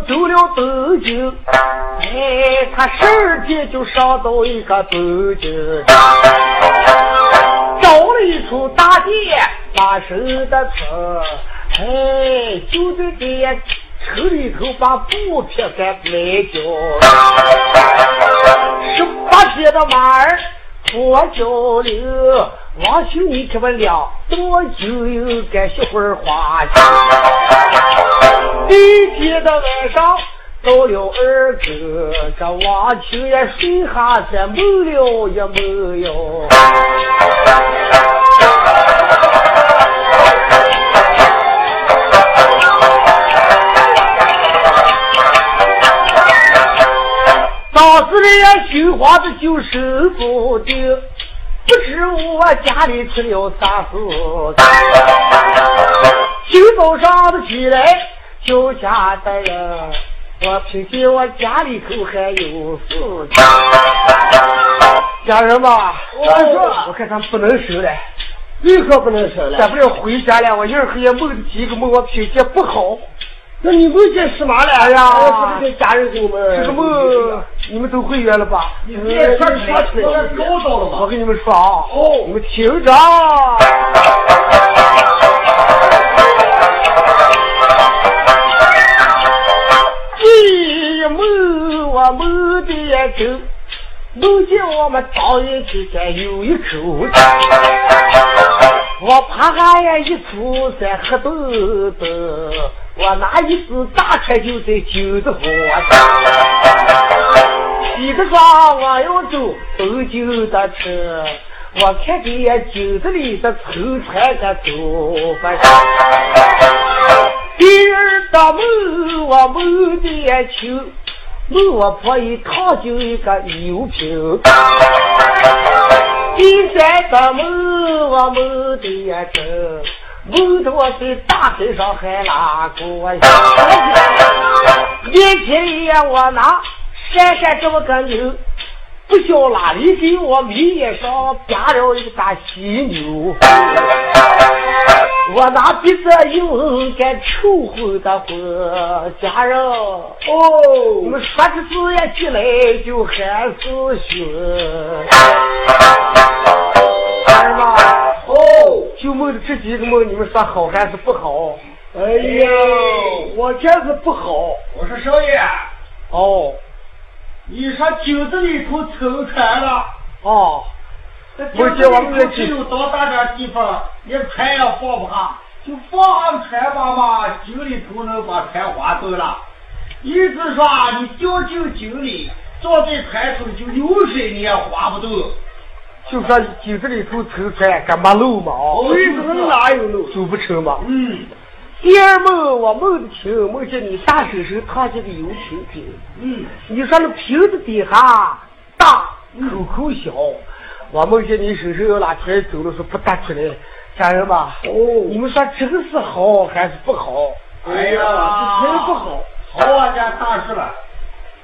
[SPEAKER 1] 走了东京，哎，他十二天就上到一个东京，找了一处大地，把手的疼，哎，就在这车里头把布匹给埋掉，十八天的马儿脱脚了，王兄你可不了，多久又该学会花去。第一天的晚上到了二更，这王青也睡哈才梦了也梦哟。当时人心慌的就受不定，不知我家里出了啥事。今早上的起来。酒家的人，我听见我家里头还有事。家人吧，
[SPEAKER 2] 我说，
[SPEAKER 1] 我看咱不能收了，
[SPEAKER 2] 为何不能收了？
[SPEAKER 1] 咱不要回家了。我一会也梦几个梦，我脾气不好。
[SPEAKER 2] 那你梦见什么了、啊、呀？
[SPEAKER 1] 我
[SPEAKER 2] 是不是家人给你们？
[SPEAKER 1] 这个梦哎你们都会圆了吧？
[SPEAKER 2] 你别说说出来高招了吧？
[SPEAKER 1] 我跟你们说啊，
[SPEAKER 2] 哦，
[SPEAKER 1] 你们听着。梦我梦的也走，梦见我们早一起间有一口井，我爬俺呀一出在黑洞洞，我拿一只大柴就在酒的火上，洗个妆我要走东京的车，我看见呀酒子里的愁船个走不上。第二大梦我梦的也秋，梦我婆姨烫就一个油瓶。第三大梦我梦的也真，梦着我在大街上还拉过呀。面前呀我拿闪闪这么个牛，不晓哪里给我迷眼上夹了一个大犀牛。我拿鼻子又该臭昏的昏，家人哦，
[SPEAKER 2] 我
[SPEAKER 1] 们说起事也起来就还是凶。家人们，
[SPEAKER 2] 哦，
[SPEAKER 1] 哦就梦这几个梦，你们说好还是不好？哎呀，我这样子不好。
[SPEAKER 2] 我说少爷，
[SPEAKER 1] 哦，
[SPEAKER 2] 你说酒这里头愁残了，
[SPEAKER 1] 哦，
[SPEAKER 2] 这酒
[SPEAKER 1] 不是我们
[SPEAKER 2] 这
[SPEAKER 1] 这
[SPEAKER 2] 里头只有到大点地方，连船也放不下，就放上船吧嘛，酒里头能把船划走了。意思说啊你掉进酒里，坐在船头就流水你也划不动。
[SPEAKER 1] 就说酒这里头愁穿，干嘛漏嘛？哦
[SPEAKER 2] 为什么哪有
[SPEAKER 1] 路？走不成嘛。
[SPEAKER 2] 嗯
[SPEAKER 1] 第二梦我梦的情，梦见你下水时烫起个油瓶瓶，
[SPEAKER 2] 嗯，
[SPEAKER 1] 你说那瓶子底下大，口口小。我梦见你手上拿出来走了，说不搭出来，家人吧？哎
[SPEAKER 2] 哦
[SPEAKER 1] 你们说这个是好还是不好？
[SPEAKER 2] 哎呀，
[SPEAKER 1] 这真不好。
[SPEAKER 2] 好啊，家大事了。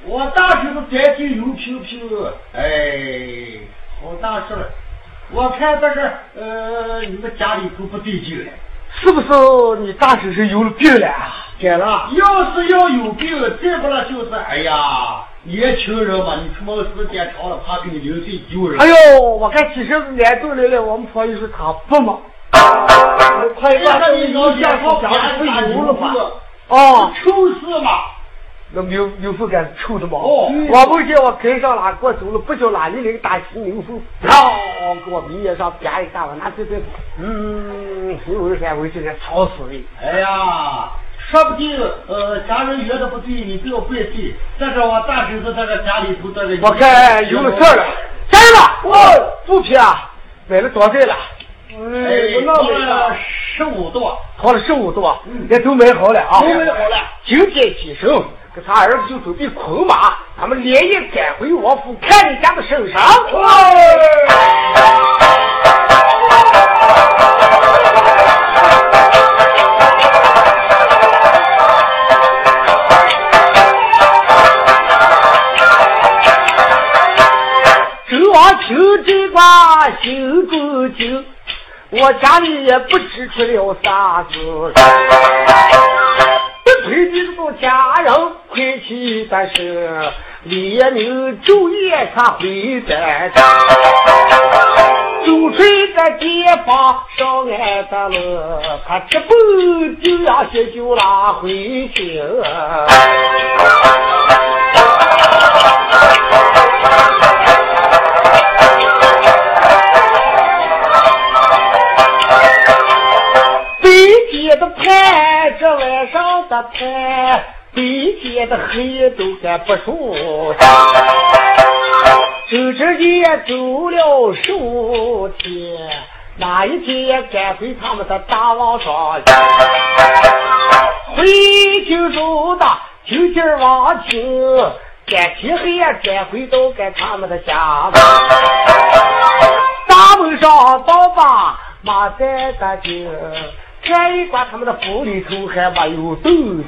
[SPEAKER 2] 我大事都别提油瓶瓶了，哎，好大事了。我看这是呃，你们家里头不对劲了。
[SPEAKER 1] 是不是你大手是有了病了？
[SPEAKER 2] 改了，要是要有病，再不了就是哎呀，年轻人嘛，你出门时间长了，怕给你零碎丢人。
[SPEAKER 1] 哎呦，我看几十年都来了，我们朋友说他不嘛，快
[SPEAKER 2] 这
[SPEAKER 1] 把
[SPEAKER 2] 个
[SPEAKER 1] 你
[SPEAKER 2] 你老
[SPEAKER 1] 一下
[SPEAKER 2] 讲
[SPEAKER 1] 子
[SPEAKER 2] 说
[SPEAKER 1] 讲
[SPEAKER 2] 别打
[SPEAKER 1] 会
[SPEAKER 2] 油
[SPEAKER 1] 油
[SPEAKER 2] 了
[SPEAKER 1] 了吧？？
[SPEAKER 2] 吧
[SPEAKER 1] 哦，
[SPEAKER 2] 臭事嘛。
[SPEAKER 1] 那牛牛粪杆臭的嘛。
[SPEAKER 2] 哦
[SPEAKER 1] 我梦见我跟上哪过走了，不晓哪里那个大犀牛粪，砰，给我迷眼上啪一下，我拿这个，嗯，回回还回去给吵死了。
[SPEAKER 2] 哎呀，说不定呃家人觉得不对，你不要怪罪。但是我大侄子在这家里头在这，
[SPEAKER 1] 我看有了事儿了，真的，我不批啊，买了多少袋了？
[SPEAKER 2] 哎，
[SPEAKER 1] 哎
[SPEAKER 2] 我了十五度，
[SPEAKER 1] 掏了十五度啊，也都买好了啊，
[SPEAKER 2] 都买好了。
[SPEAKER 1] 今天起身，给他儿子就准备捆马，咱们连夜赶回王府，看你家的圣上。周王平这关心中惊，我家里也不知出了啥事。不推你的家人亏起但是列明昼夜他回在酒水在街坊上挨的了，他这不就要些酒拉回去。啊北街的牌，这晚上的牌，北街的黑都还不数。就这也走了十五天，哪一天赶回他们的大王庄？回荆州的听听王听，赶天黑呀，赶回到该他们的家。大门上刀把马在打紧，看一关他们的府里头还没有动静。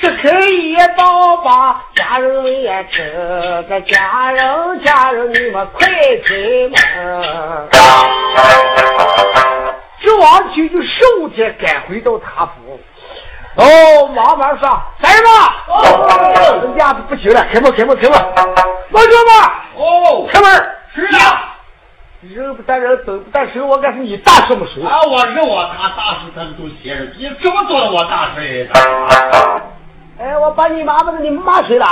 [SPEAKER 1] 这可以刀把家人也吃，这家人家人你们快开门。这王七就十五天赶回到他府。哦，王八说：“来吧，
[SPEAKER 2] 哦
[SPEAKER 1] 人家都不行了，开门，开门，开门！王哥们，
[SPEAKER 2] 哦，
[SPEAKER 1] 开门！
[SPEAKER 2] 是啊，
[SPEAKER 1] 人不但人，等不但手，我敢是你大什么手？
[SPEAKER 2] 啊，我是我他大叔，他们都闲着，你这么多了，我大婶也
[SPEAKER 1] 哎，我把你妈妈的，你骂谁了？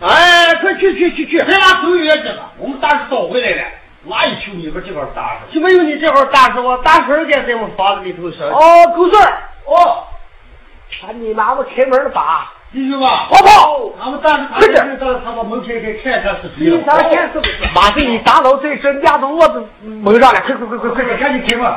[SPEAKER 2] 哎，快去去去去，别拿走远去了，我们大叔倒回来了，哪有去你们这块大叔？
[SPEAKER 1] 就没有你这号大手，我
[SPEAKER 2] 大婶在我们房子里头生
[SPEAKER 1] 哦，狗顺儿，
[SPEAKER 2] 哦，
[SPEAKER 1] 把你妈妈开门了吧？
[SPEAKER 2] 弟兄们，
[SPEAKER 1] 跑跑！
[SPEAKER 2] 俺们大叔他们到他把门开开，看看是谁
[SPEAKER 1] 你
[SPEAKER 2] 了。哦
[SPEAKER 1] 啥见识不是？马上你打倒这身压到我的门上了，快快快快快
[SPEAKER 2] 快
[SPEAKER 1] 快
[SPEAKER 2] 快！赶紧开门！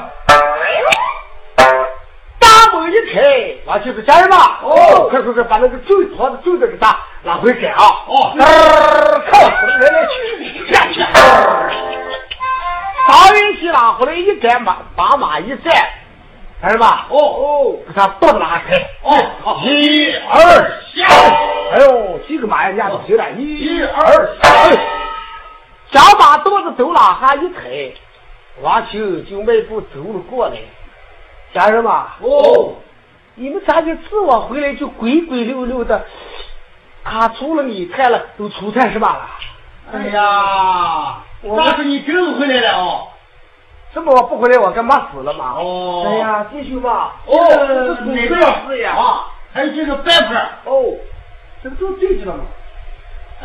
[SPEAKER 1] 大门一开，完就是家人吧。
[SPEAKER 2] 哦
[SPEAKER 1] 快快快，把那个旧坨子旧的给他拿回给啊。
[SPEAKER 2] 哦
[SPEAKER 1] 靠，来来去去去去。大运气拉回来一站马，把马一站，家人吧。
[SPEAKER 2] 哦哦
[SPEAKER 1] 给他肚子拉开。
[SPEAKER 2] 哦，好，一
[SPEAKER 1] 二
[SPEAKER 2] 下，
[SPEAKER 1] 哎呦，这个马呀，压不行了，
[SPEAKER 2] 一
[SPEAKER 1] 一
[SPEAKER 2] 二
[SPEAKER 1] 三
[SPEAKER 2] 三，，
[SPEAKER 1] 想把肚子走拉哈一抬，王秋就迈步走了过来。家人们，
[SPEAKER 2] 哦，
[SPEAKER 1] 你们咋就自我回来就鬼鬼溜溜的？他除了你看了，都出菜是吧了？
[SPEAKER 2] 哎呀，大叔你真回来了啊！
[SPEAKER 1] 这么我不回来，我干嘛死了嘛？
[SPEAKER 2] 哦
[SPEAKER 1] 哎呀，弟兄嘛，
[SPEAKER 2] 哦，
[SPEAKER 1] 这
[SPEAKER 2] 哪
[SPEAKER 1] 是
[SPEAKER 2] 个
[SPEAKER 1] 事呀？
[SPEAKER 2] 啊，还有这个白牌儿，
[SPEAKER 1] 哦，这不都对着了吗？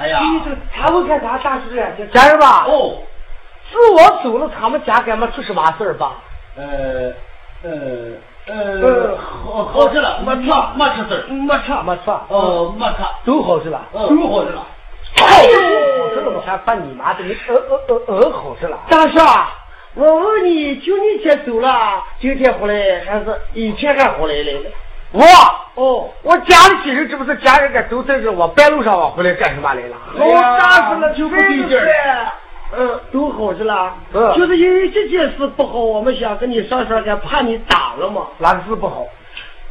[SPEAKER 2] 哎呀，
[SPEAKER 1] 这个他们干啥大事啊？这家人吧，
[SPEAKER 2] 哦，
[SPEAKER 1] 自我走了，他们家干嘛出什么事儿吧？
[SPEAKER 2] 呃，呃，呃，好好着了，没吃没吃事儿，
[SPEAKER 1] 没错没错，
[SPEAKER 2] 哦，没吃，
[SPEAKER 1] 都好事了。
[SPEAKER 2] 都好着了。
[SPEAKER 1] 哎呦，这个还把你妈的，你呃呃呃呃好事了。
[SPEAKER 3] 大少，我问你，九年前走了，今天回来还是以前还回来来的？
[SPEAKER 1] 我
[SPEAKER 3] 哦，
[SPEAKER 1] 我家里几人，这不是家人给都在这，我半路上我回来干什么来了？
[SPEAKER 2] 哎呀
[SPEAKER 3] 大事了，就
[SPEAKER 2] 这个事儿
[SPEAKER 3] 嗯，都好着啦。
[SPEAKER 1] 嗯
[SPEAKER 3] 就是因为这件事不好，我们想跟你商量商量，怕你打了嘛。
[SPEAKER 1] 哪个事不好？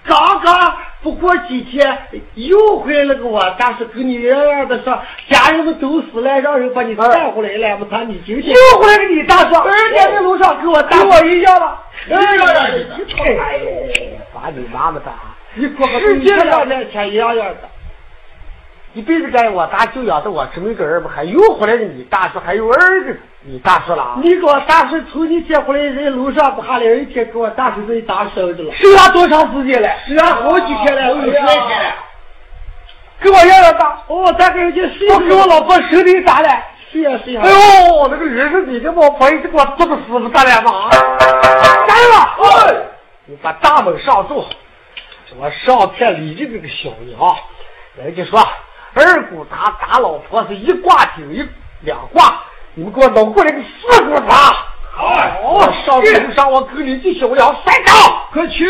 [SPEAKER 3] 刚刚不过几天又回来了个我，但是跟你一样的说，家人们都死了，让人把你带回来了嘛。他你今天
[SPEAKER 1] 又回来个你大壮，
[SPEAKER 3] 二天在路上给我打
[SPEAKER 1] 跟我一样了。
[SPEAKER 3] 哎呀
[SPEAKER 2] 哎呀
[SPEAKER 3] 你瞅哎呦，
[SPEAKER 1] 把你妈妈打！
[SPEAKER 3] 你过个
[SPEAKER 1] 世界
[SPEAKER 3] 跟你
[SPEAKER 1] 上
[SPEAKER 3] 上面前一样样的。
[SPEAKER 1] 一辈子该我打就养着我这么一个儿吧，还又回来个你大叔，还有儿子你大叔了啊？
[SPEAKER 3] 你给我大婶从你接回来，人楼上不喊了，人家给我大婶被打伤着了，
[SPEAKER 1] 这要多长时间了？
[SPEAKER 3] 是啊，好几天了，
[SPEAKER 2] 哎
[SPEAKER 3] 有十
[SPEAKER 2] 呀
[SPEAKER 3] 来天了。
[SPEAKER 1] 给我让让打，
[SPEAKER 3] 哦，大概有近十
[SPEAKER 1] 我给我老婆手里打的。
[SPEAKER 3] 是呀是呀
[SPEAKER 1] 哎。呦，我那个人是你的，我婆一直给我做的死不咱俩嘛！干了！哎，你把大门上住，我上天理这个小娘，人家说二姑她打老婆是一挂顶一两挂，你们给我弄过来个啊四姑她。
[SPEAKER 2] 好
[SPEAKER 1] 我上楼上，我跟你这小娘摔倒。
[SPEAKER 2] 快去！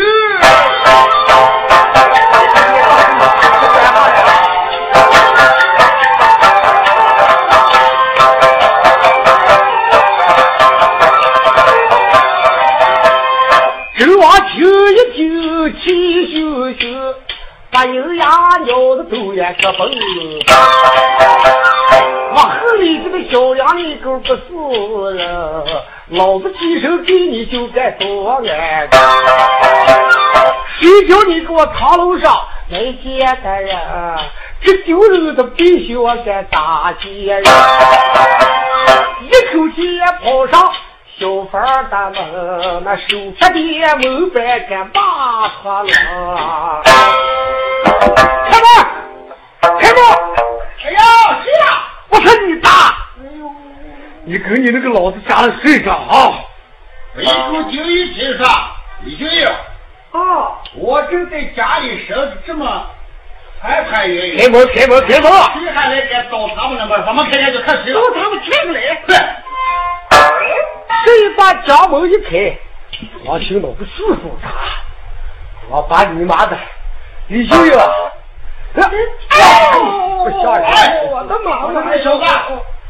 [SPEAKER 1] 周王听一听，气羞羞，把油牙咬的都也可崩。往后里这个小娘你狗不死了，老子几手给你就该多安。谁叫你给我堂楼上来接的人？这丢人的必须我该打街人，一口气跑上小房大门，那手法的门板敢把破了。开门，开门！
[SPEAKER 2] 哎呀，谁呀？
[SPEAKER 1] 我说你打！你跟你那个老子家的睡上啊！
[SPEAKER 2] 没出警一身上，李军英，
[SPEAKER 3] 啊，
[SPEAKER 2] 我正在家里收拾这么拍拍爷爷，
[SPEAKER 1] 开门，开门，开门！
[SPEAKER 2] 谁还来敢找他们了吗？咱们看看就看谁了。
[SPEAKER 3] 他们看出来。
[SPEAKER 2] 快！
[SPEAKER 1] 这一把家门一开，王兴老子四处查，我把你妈的，李秀英啊，哎不吓人！
[SPEAKER 2] 我的妈妈！哎，小子，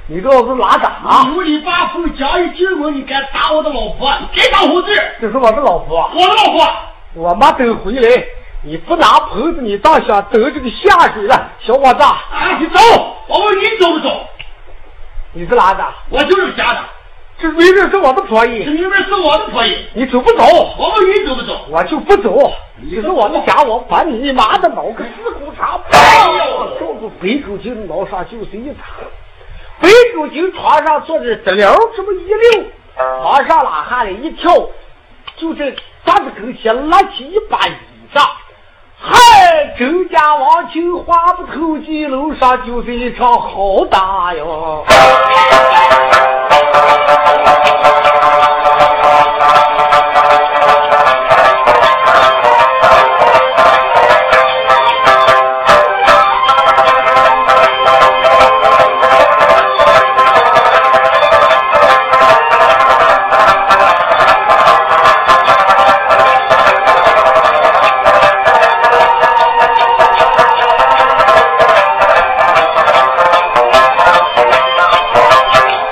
[SPEAKER 1] 你这是拉打啊？
[SPEAKER 2] 你无理八铺讲一进门，你敢打我的老婆？你该当回事儿！
[SPEAKER 1] 这是我的老婆，
[SPEAKER 2] 我的老婆，
[SPEAKER 1] 我妈等回来，你不拿盆子，你倒想得这个下水了，小伙子，
[SPEAKER 2] 啊，你走！我问你走不走？
[SPEAKER 1] 你是哪的？
[SPEAKER 2] 我就是个家的，
[SPEAKER 1] 这明明是我的婆
[SPEAKER 2] 这
[SPEAKER 1] 姨，
[SPEAKER 2] 明明是我的婆姨。
[SPEAKER 1] 你走不走？
[SPEAKER 2] 我问你走不走？
[SPEAKER 1] 我就不走，哎你是我的家，我把你妈的脑壳四股肠，砰！就是北狗精脑上就是一茬，北狗精床上坐着得了，这么一溜，往上拉下来一跳，就在桌子跟前拉起一把椅子。嗨，周家王清话不投机，楼上就是一场好打哟。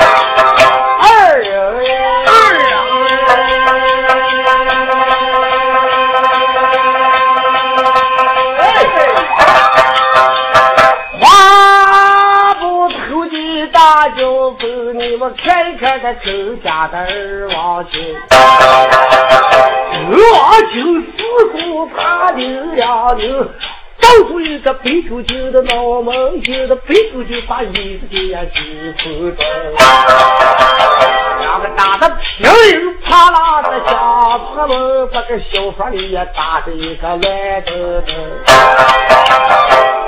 [SPEAKER 1] 二人呀，
[SPEAKER 2] 二呀！
[SPEAKER 1] 话不投机大酒杯，你们看看这周家的二王九，二王九四顾他扭呀扭，找出一个北狗精的脑门揪的北狗精把椅子给呀挤破掉。两个打的噼里啪啦的响，我们这个小说里也打的一个来的的。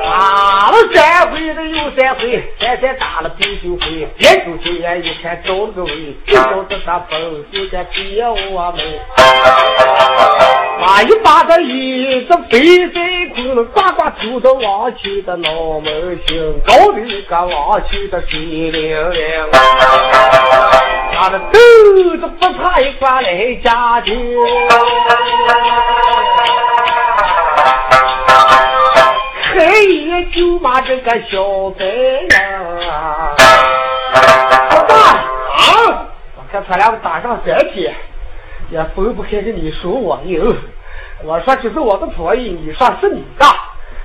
[SPEAKER 1] 打了三回的又三回，三三打了第九回，别九天眼一看找了个位，就找着他本就该接我们。妈一把的椅子背在空，呱呱吐的往去的脑门心，搞的一个往去的水灵灵。他的肚子不差一块来家的。黑也就把这个小白娘啊，老大啊！我看咱俩打上三天，也分不开跟你说我牛。我说这是我的婆姨，你说是你的，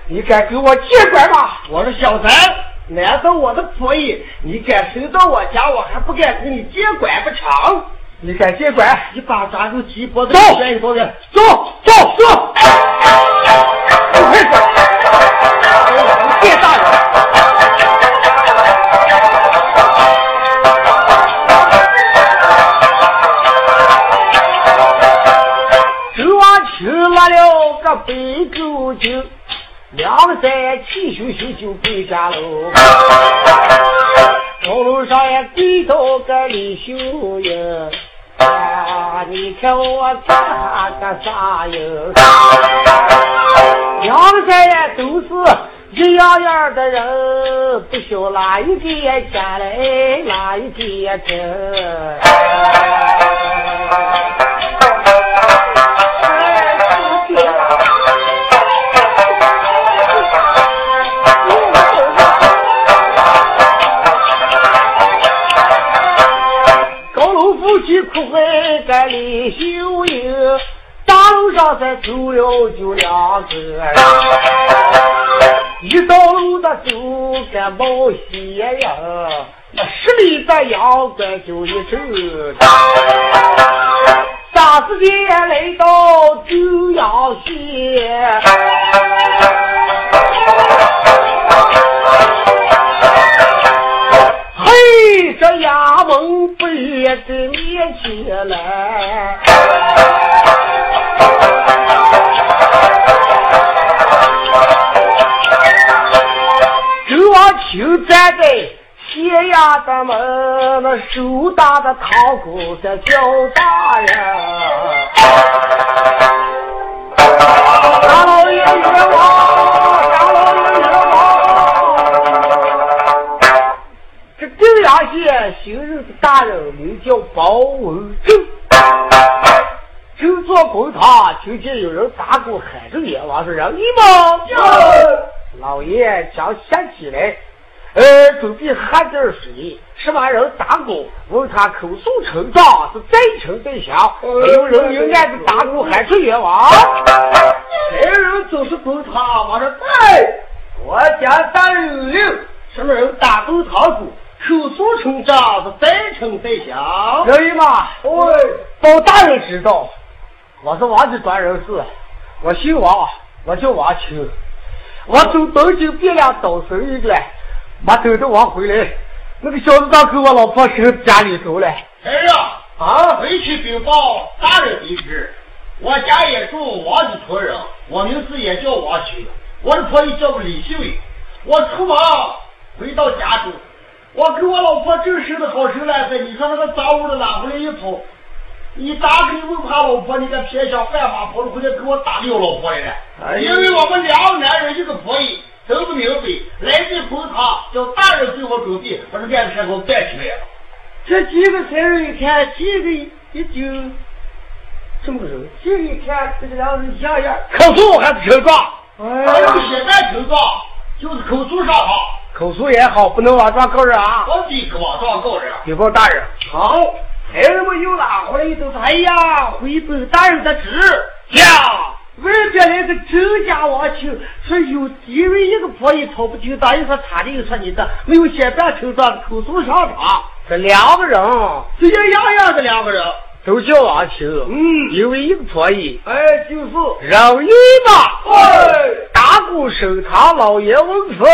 [SPEAKER 1] 你敢给我借拐吗？
[SPEAKER 2] 我是小三，难道我的婆姨你敢偷到我家，我还不敢跟你借拐不成？
[SPEAKER 1] 你敢借拐？
[SPEAKER 2] 一把抓住鸡脖子，
[SPEAKER 1] 走
[SPEAKER 2] 拽一包人。
[SPEAKER 1] 走走走！不会走，你别打我。周阿青拉了个白狗精，两个人气咻咻就回家喽。高楼上也跪到个李秀英，啊，你看我咋个咋样？两个人也都是一样样的人，不晓哪一个也家来，哪一个也真。高楼夫妻苦怀个李秀英，大路上再走了就两个人，一道路的走个冒险呀，那十里的羊倌就一头霎时间来到九阳县。嘿，这衙门不也得面起来？周王清站在县衙的门，那手打的堂鼓在叫大人。大老爷冤枉，大老爷冤枉。这定阳县行日的大人名叫包文正，正坐公堂，听见有人打鼓喊着阎王说：“啊让你们老爷将掀起来，呃，准备喝点水。什么人打鼓？问他口述成状，是真诚对详。没有人明暗的打鼓喊出阎王。哎
[SPEAKER 2] 谁人总是不他，我说对，
[SPEAKER 1] 我家大人六，
[SPEAKER 2] 什么人打斗堂鼓，口述成章是再称再响。
[SPEAKER 1] 可以吗？
[SPEAKER 2] 喂，
[SPEAKER 1] 包大人知道，我是王家庄人士，我姓王，我叫王清，我从东京汴梁找生意来，没等着我回来，那个小子他给我老婆生家里头了。
[SPEAKER 2] 哎呀，啊，回去禀报大人一职。我家也住王家屯人，啊我名字也叫王群，我的婆姨叫李秀英。我出门回到家中，我给我老婆正生的好生来的，你说那个杂物的拿回来一跑，你咋可以问他老婆？你个偏想犯法跑了回来给我打掉老婆来了？
[SPEAKER 1] 哎呀
[SPEAKER 2] 因为我们两个男人一个婆姨都不明白，来自公堂叫大人给我准备，把这件事给我办起来了。
[SPEAKER 1] 这几个才人一看，几个一听，这么个人，
[SPEAKER 2] 这一看，这个两人一样样，
[SPEAKER 1] 口述还是成状？
[SPEAKER 2] 还有写在头上，就是口述上好，
[SPEAKER 1] 口述也好，不能网上告人啊！
[SPEAKER 2] 我比网上告人。啊
[SPEAKER 1] 禀报大人，
[SPEAKER 2] 好，孩子们又拿回来一头，哎呀，回本大人的旨呀。外边来个周家王亲，说有因为一个婆姨吵不清，答应说他的，又说你的，没有写半成状的口述上场，
[SPEAKER 1] 这两个人啊
[SPEAKER 2] 这一样样的两个人。
[SPEAKER 1] 都叫王清，
[SPEAKER 2] 嗯
[SPEAKER 1] 因为一个婆姨，
[SPEAKER 2] 哎，就是，
[SPEAKER 1] 容易嘛。
[SPEAKER 2] 哎哎
[SPEAKER 1] 打鼓收藏老爷文风。